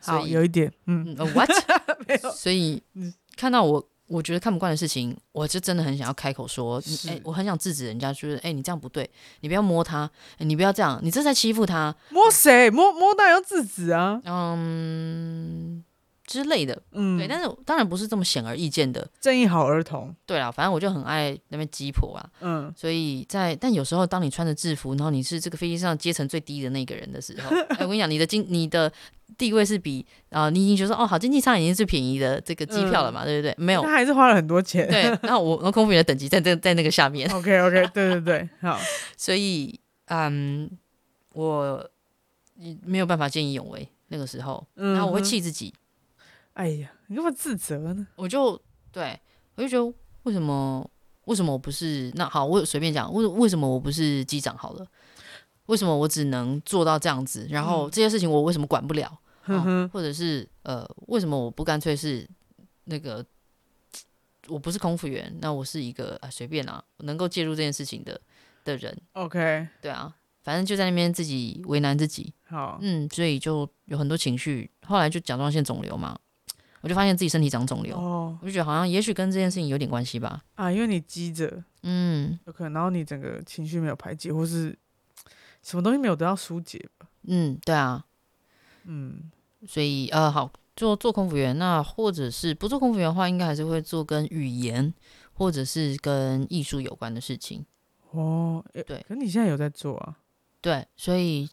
所
好
以
有一点，
嗯、
嗯，
呃 what
没有，
所以
嗯
看到我。我觉得看不惯的事情，我就真的很想要开口说，你哎、
是
我很想制止人家，就是哎、你这样不对，你不要摸他，哎你不要这样，你这是在欺负他，
摸谁摸摸当然要制止啊，
嗯之类的。
嗯，
对，但是当然不是这么显而易见的。
正义好儿童，
对啦，反正我就很爱那边鸡婆啊，
嗯，
所以在但有时候，当你穿着制服，然后你是这个飞机上阶层最低的那个人的时候，哎、我跟你讲，你的经你的地位是比啊、你已经觉得说哦，好，经济舱已经是最便宜的这个机票了嘛，对不对？ 没有
他还是花了很多钱，
对，然后我然后空服员的等级在在在那个下 面，
，OK OK，对对对，好，
所以嗯，我嗯没有办法见义勇为那个时候，
嗯，
然后我会，气自己，
哎呀，你干嘛自责呢？
我就对我就觉得为什么为什么我不是那好，我随便讲，为为什么我不是机长好了？为什么我只能做到这样子？然后这些事情我为什么管不了？
嗯
哦
哼哼，
或者是呃，为什么我不干脆是那个？我不是空服员，那我是一个啊随便啊，我能够介入这件事情的的人，
，OK，
对啊，反正就在那边自己为难自己，嗯
好，
嗯，所以就有很多情绪，后来就甲状腺肿瘤嘛，我就发现自己身体长肿瘤，
哦
我就觉得好像也许跟这件事情有点关系吧。
啊，因为你积着，
嗯
有可能，然后你整个情绪没有排解，或是什么东西没有得到疏解吧。
嗯，对啊，
嗯，
所以呃，好做做空服员，那或者是不做空服员的话，应该还是会做跟语言或者是跟艺术有关的事情。
哦，诶
对
可你现在有在做啊？
对，所以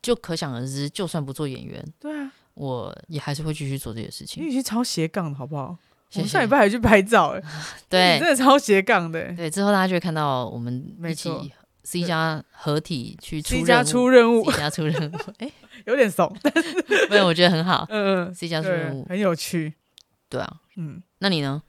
就可想而知，就算不做演员，
对啊，
我也还是会继续做这些事
你
情。
已经超斜杠的好不好？
谢
嗯我们
谢
上礼拜还去拍照、欸，你
对
真的超斜杠的、欸。
对，之后大家就会看到我们
没
一起
错
C 加合体去出
C 加
任
出
务
任务
C 加出任务， 哎、
有 点怂，但
没有，我觉得很 好。
嗯
C 加
嗯，
出任
对，
务，
很有趣。
对啊，
嗯，
那你呢？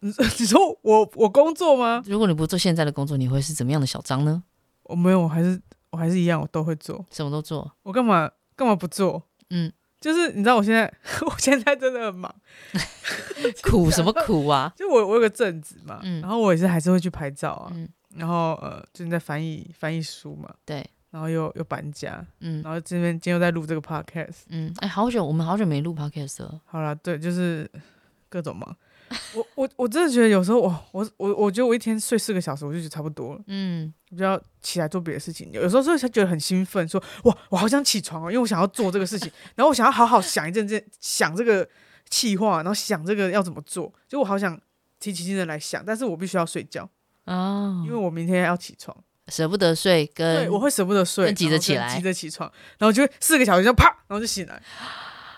你说你说我我工作吗？
如果你不做现在的工作，你会是怎么样的小张呢？
我没有，我还是我还是一样，我都会做。
什么都 做，
我干嘛干嘛不做？
嗯，
就是你知道我现在 我现在真的很忙，
苦什么苦啊？
就我我有个正职嘛，
嗯
然后我也是还是会去拍照啊，
嗯，
然后呃最近在翻译翻译书嘛，
对，
然后又又搬家，
嗯
然后这边今天又在录这个 podcast，
嗯，哎、好久我们好久没录 podcast 了，
好啦，对，就是各种忙。我我我真的觉得有时候我我我我觉得我一天睡四个小时，我就觉得差不多了，
嗯，
比较起来做别的事情。有时候就才觉得很兴奋，说哇，我好想起床哦，因为我想要做这个事 情，然后我想要好好想一阵子，想这个计划，然后想这个要怎么做，就我好想提起精神来想，但是我必须要睡觉，
哦
因为，我明天要起床，
舍不得睡跟
对我会舍不得
嗯
睡，
更急着
然后
起来
急着起床，然后就会四个小时就啪，然后就醒来，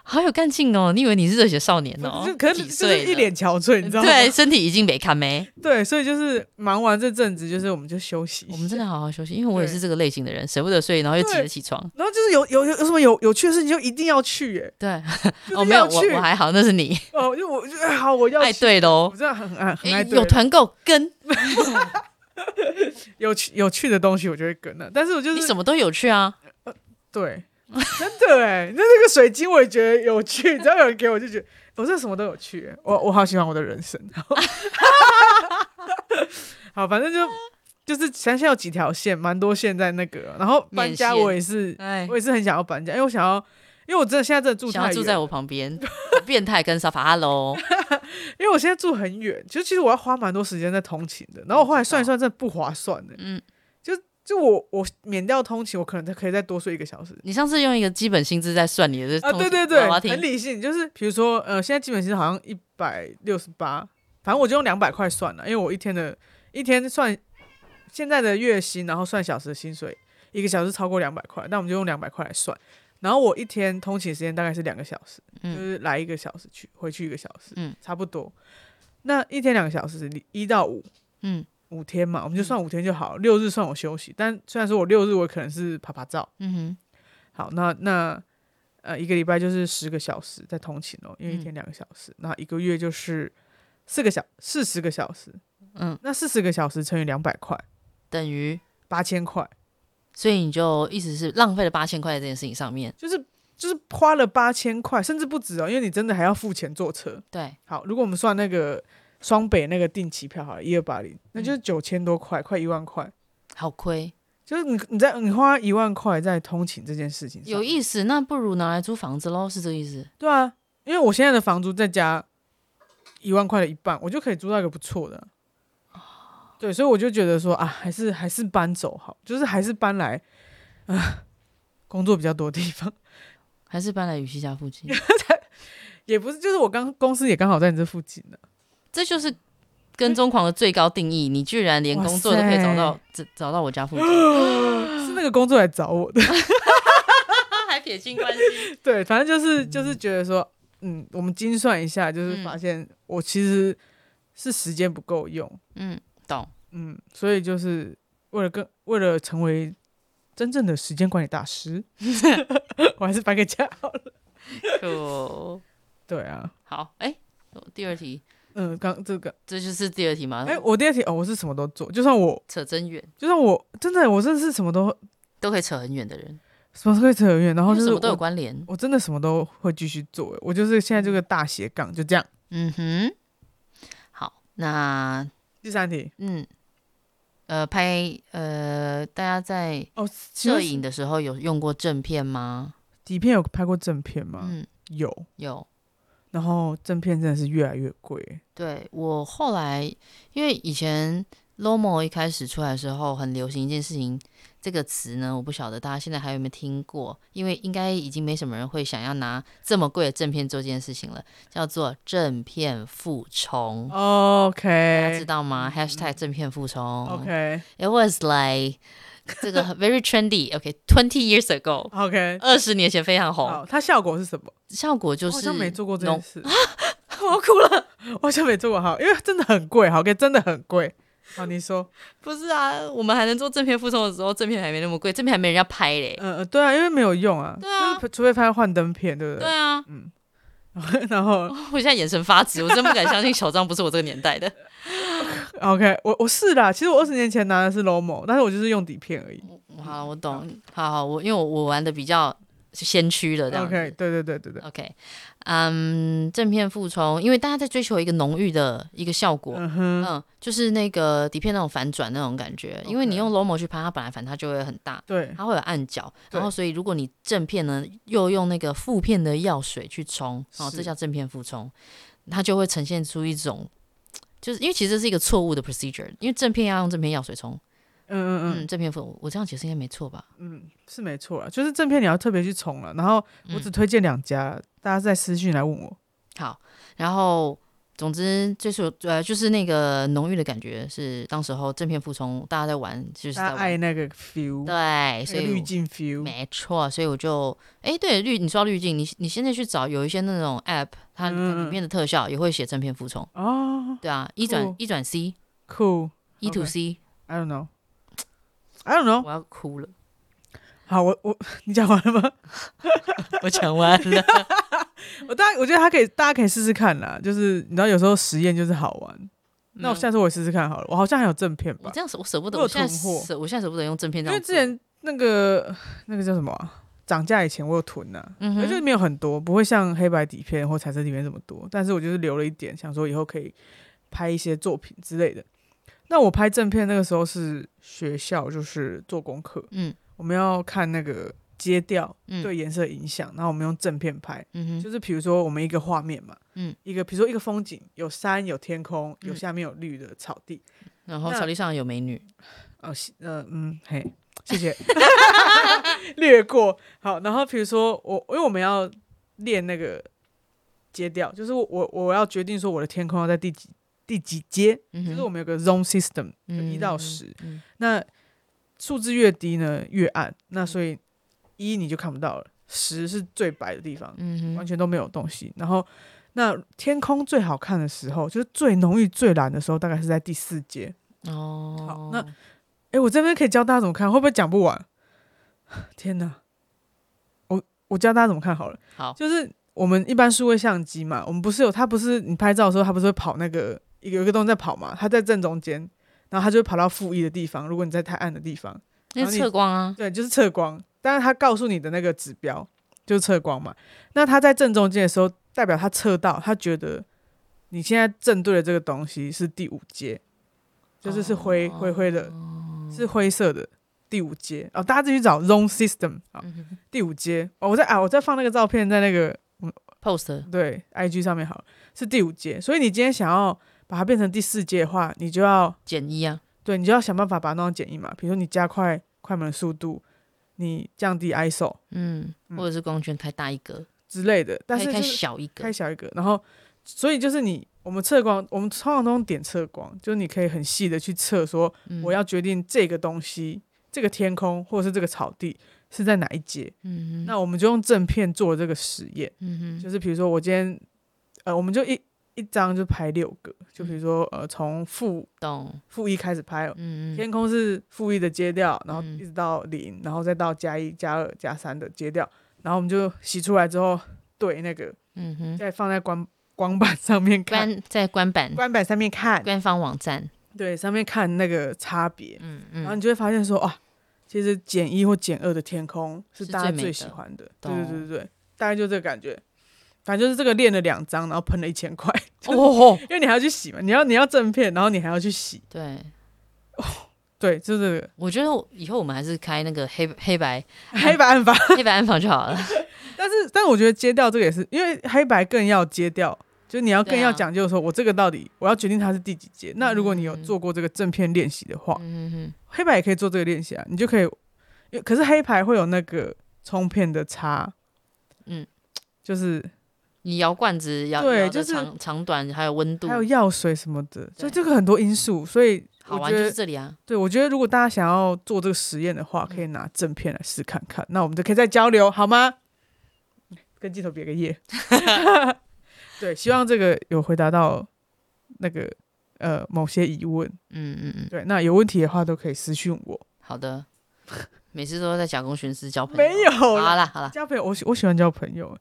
好有干劲哦！你以为你是热血少年哦？
就可能
几
就
岁
是
了
一脸憔悴，你知道吗？
对，身体已经没看 没。
对，所以就是忙完这阵子，就是我们就休息。
我们真的好好休息，因为我也
对
是这个类型的人，舍不得睡，然后又急着
对
起床。
然后就是有有有有什么有有趣的事情就一定要去、欸，
对，
哎，
哦，没有，我
去
我还好，那是你
哦，就我就哎好，我要
爱
去，
对
我
喽。
真的很爱很
哎
爱对
有团购跟
有趣有趣的东西，我就会跟的。但是我就
你
是
什么都有趣啊，
对，真的 哎、那那个水晶我也觉得有趣， 只要有人给我就觉得我真的什么都有趣欸、我我好喜欢我的人生。 好，反正就就是想想有几条线，蛮多线在那个，然后搬
面
家
线
我也是。
哎
我，也是很想要搬家，因为我想要，因为我真的现在真的住
想
太
要住
远，
在我旁边，好变态跟沙发，hello，
因为我现在住很远，就其实我要花蛮多时间在通勤的。然后我后来算一算，真的不划算的。
嗯，
就就我我免掉通勤，我可能可以再多睡一个小时。
你上次用一个基本薪资在算你的
啊，
通
对对
我
对，
要
很
听，
理性，就是比如说，呃，现在基本薪好像一百六十八，反正我就用两百块算了，因为我一天的一天算现在的月薪，然后算小时的薪水，一个小时超过两百块，那我们就用两百块来算。然后我一天通勤时间大概是两个小时，
嗯
就是来一个小时去，回去一个小时，
嗯
差不多。那一天两个小时，一到五
嗯
五天嘛，我们就算五天就好，六日算我休息。但虽然说我六日我可能是爬爬照，
嗯哼，
好，那那呃，一个礼拜就是十个小时在通勤哦，因为一
嗯
天两个小时，那、一个月就是四个小四十个小时，
嗯，
那四十个小时乘以两百块，
等于，
八千块，
所以你就意思是浪费了八千块在这件事情上面，
就是就是花了八千块，甚至不止哦，因为你真的还要付钱坐车。
对，
好，如果我们算那个双北那个定期票，好了，一二八零，那
嗯
就是九千多块，快一万块。
好亏，
就是你，你在你花一万块在通勤这件事情上，
有意思，那不如拿来租房子喽，是这个意思？
对啊，因为我现在的房租再加一万块的一半，我就可以租到一个不错的。对，所以我就觉得说啊，还是还是搬走好，就是还是搬来啊、工作比较多的地方，
还是搬来羽西家附近？
也不是，就是我刚公司也刚好在你这附近的、
这就是跟踪狂的最高定义，你居然连
哇
工作都可以
塞
找到，找找到我家 附近，
是那个工作来找我的。
他还撇清关系，
对，反正就是就是觉得说，嗯，我们精算一下，就是
嗯
发现我其实是时间不够用，
嗯，懂，
嗯，所以就是为了跟为了成为真正的时间管理 大师，我还是搬个家好了。
就
对啊，
好，哎、第二题，
嗯，刚这个，
这就是第二题嘛，
哎、我第二题哦，我是什么都做，就算我
扯真远，
就算我真的我真的是什么都
都可以扯很远的人，
什么都可以扯远，然后
因为
就是
什么都有
我
关联，
我真的什么都会继续做，我就是现在这个大斜杠就这样。
嗯哼，好，那
第三题
嗯，呃，拍呃，大家在
哦，请
摄
问
影的时候有用过正片吗？
底片有拍过正片吗？
嗯，
有，
有，
然后正片真的是越来越贵，
对我后来，因为以前 Lomo 一开始出来的时候，很流行一件事情，这个词呢，我不晓得大家现在还有没有听过，因为应该已经没什么人会想要拿这么贵的正片做这件事情了，叫做正片复仇。嗯大家知
OK
道吗？#hashtag 正片复仇。
OK
It was like 这个很 very trendy. OK, twenty years ago，
OK，
二十年前非常红。
好，它效果是什么？
效果就
我好
是
像没做过这
浓
件事，
我哭了。
我好像没做过，好，因为真的很贵，好，OK，真的很贵。好，你说，
不是啊，我们还能做正片附送的时候，正片还没那么贵，正片还没人家拍嘞。
呃，呃对啊，因为没有用啊，
对啊
就是除非拍幻灯片，对不嗯
对啊，
对？然 后
我现在眼神发直，我真 不敢相信小张不是我这个年代的。
OK，我我是啦，其实我二十年前拿的是 Lomo，但是我就是用底片而已。
好，我懂。好好，我因为我我玩的比较先驱了，这样子。
OK，对对对对对，
OK，嗯，正片复仇，因为大家在追求一个浓郁的一个效果，
嗯哼，
嗯，就是那个底片那种反转那种感觉，因为你
OK
用 Lomo 去拍，它本来反差就会很大，
对
它会有暗角，
对
然后所以如果你正片呢又用那个负片的药水去冲，哦，
是
这叫正片复冲，它就会呈现出一种，就是因为其实这是一个错误的 procedure，因为正片要用正片药水冲，
嗯嗯
嗯，
嗯
正片复我这样解释应该没错吧？
嗯，是没错啦，就是正片你要特别去冲了，然后我只推荐两家，大家再私信来问我。
好，然后总之就是呃就是那个浓郁的感觉是当时候正片复冲大家在玩就是
大
在
家
玩
爱那个 feel，
对，
那
所
个
以
滤
我
镜啊 feel，
没错，所以我就哎，对滤，你说到滤镜，你你现在去找有一些那种 app，它
嗯嗯
里面的特效也会写正片服从，
哦
对啊，一转
酷
一转 C，
，cool，I
一 to
OK 哦
C，
don't know，I don't know。
我要哭 了，
好，我我 你讲完 了吗？
我讲完 了，
我大我觉得他可以，大家可以试试看啦。就是你知道，有时候实验就是好玩。那我
嗯
下次我也试试看好了。我好像还有正片
我
吧
这，样舍我舍不得，
我有
我现在
囤货
舍我现在舍不得用正片这
因
样
为
子，
之前那个那个叫什么、啊、涨价以前我有囤呐、啊，
嗯
而且
哼，
没有很多，不会像黑白底片或彩色底片这么多。但是我就是留了一点，想说以后可以拍一些作品之类的。那我拍正片那个时候是学校，就是做功课，
嗯
我们要看那个阶调
嗯
对颜色的影响，然后我们用正片拍。
嗯哼
就是比如说我们一个画面嘛，
嗯
嗯，一个比如说一个风景，有山有天空，有
嗯
下面有绿的草地，
然后
那
草地上有美女，
哦，西呃嗯嘿，谢谢，略过好，然后比如说我因为我们要练那个阶调，就是我我我要决定说我的天空要在第几第几阶，
嗯
就是我
哼，
们有个 zone system，就
嗯
一到十、
嗯
那数字越低呢越暗，那所以一你就看不到了，十是最白的地方，
嗯
完
哼，
全都没有东西。然后那天空最好看的时候，就是最浓郁、最蓝的时候，大概是在第四节。
哦，
好那诶，我这边可以教大家怎么看，会不会讲不完？ 天哪！我我教大家怎么看好了，
好，
就是我们一般数位相机嘛，我们不是有它不是你拍照的时候，它不是会跑那个一个有一个东西在跑嘛，它在正中间。然后它就会跑到负一的地方，如果你在太暗的地方，
那
然后
是
你
测光啊，
对，就是测光。但是它告诉你的那个指标就是测光嘛。那它在正中间的时候，代表它测到，它觉得你现在正对的这个东西是第五阶，就是是
哦
灰、灰灰的，是灰色的第五阶。哦，大家自己去找 zone system 啊、
嗯哼
第五阶。哦，我在啊，我再放那个照片在那个嗯
，post，
对 IG 上面好了，是第五阶。所以你今天想要把它变成第四阶的话，你就要
减一啊，
对你就要想办法把它弄到简易嘛。比如说你加快快门速度，你降低 ISO
嗯，
嗯
或者是光圈开大一格，
之类的，但
开
是、
开
就是、
小一格
开，小一个，然后所以就是你我们测光，我们通常都用点测光，就是你可以很细的去测说，
嗯
我要决定这个东西、这个天空或者是这个草地是在哪一节。
嗯哼，
那我们就用正片做这个实验，
嗯哼，
就是比如说我今天呃，我们就一一张就拍六个，就
嗯
比如说呃，从负
懂，
负一开始拍，
嗯嗯
天空是负一的阶调，然后
嗯
一直到零、然后再到加一、加二、加三的阶调，然后我们就洗出来之后，对那个
嗯哼，
再放在光光板上面看，
官在官版
光板上面看，
官方网站，
对，上面看那个差别，
嗯
然
嗯，
后你就会发现说，哇，其实减一或减二的天空是
是
大家
最美
最
的
喜欢的，对
懂
对对对对，大概就这个感觉。反正就是这个练了两张，然后喷了一千块，就是
哦，
因为你还要去洗嘛，你要你要正片，然后你还要去洗，
对，
对，就 这个
我觉得我以后我们还是开那个黑黑白
黑白暗法。
黑白暗房就好了，
但但是，但是我觉得揭掉这个也是，因为黑白更要揭掉，就是你要更
对啊
要讲究说，我这个到底我要决定它是第几阶。那如果你有
嗯
做过这个正片练习的话，
嗯嗯
黑白也可以做这个练习啊，你就可以。因为可是黑白会有那个冲片的差，
嗯，
就是
你摇罐子摇
对
摇的
就是
长长短还有温度
还，有药水什么的，所
对
以这个很多因素，所以
好
我
玩
觉
就
得
是这里啊。
对，我觉得如果大家想要做这个实验的话，
嗯
可以拿正片来试看看，那我们就可以再交流，好吗？跟镜头别 个耶。对，希望这个有回答到那个呃某些疑问。
嗯嗯嗯，
对，那有问题的话都可以私讯我。
好 的。每次都在假公徇私交朋友，
没有啦
好啦好啦，
交朋友，我喜我喜欢交朋友，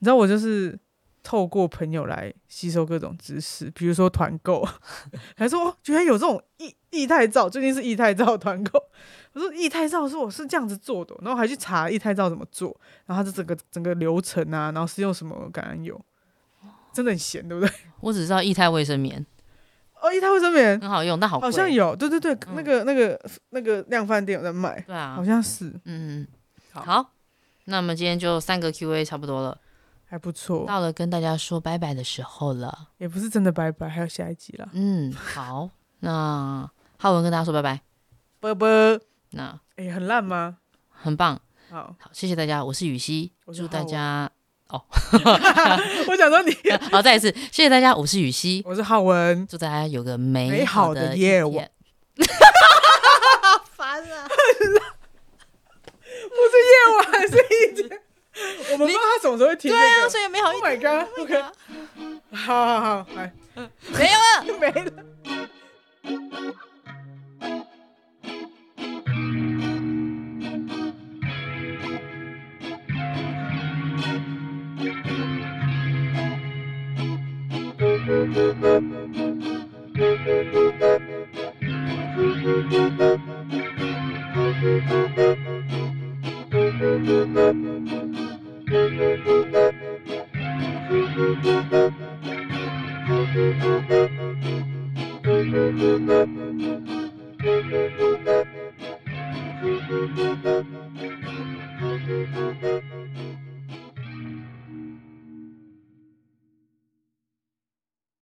你知道我就是透过朋友来吸收各种知识，比如说团购， 还说哦，居然有这种液液态皂，最近是液态皂团购。我说液态皂是我是这样子做的哦，然后还去查液态皂怎么做，然后它这整个整个流程啊，然后是用什么橄榄油，真的很咸，对不 对？
我只知道液态卫生棉
哦，液态卫生棉
很好用，嗯但好贵
好像有，对对对，
嗯
那个那个那个量贩店有在卖，
对啊
好，像是
嗯，嗯
好
好，那么今天就三个 Q&A 差不多了，
还不错，
到了跟大家说拜拜的时候了。
也不是真的拜拜，还有下一集啦，
嗯，好，那浩文跟大家说拜拜，
拜拜。
那
哎、很烂吗？
很棒，
好，
好，谢谢大家，我是雨熙，
我是
祝大
浩文
家，
我想说你，
好，再一次谢谢大家，我是雨熙，
我是浩文，
祝大家有个
美
美
好的
的一
夜
天
晚。 不是夜晚，是一 天。我们不知道他什么时候会 听这
对啊，
个。
所以有美好
Oh
一
my
天
god！OK，、
对啊
好好好，来，
没有啊。
没了。
Thank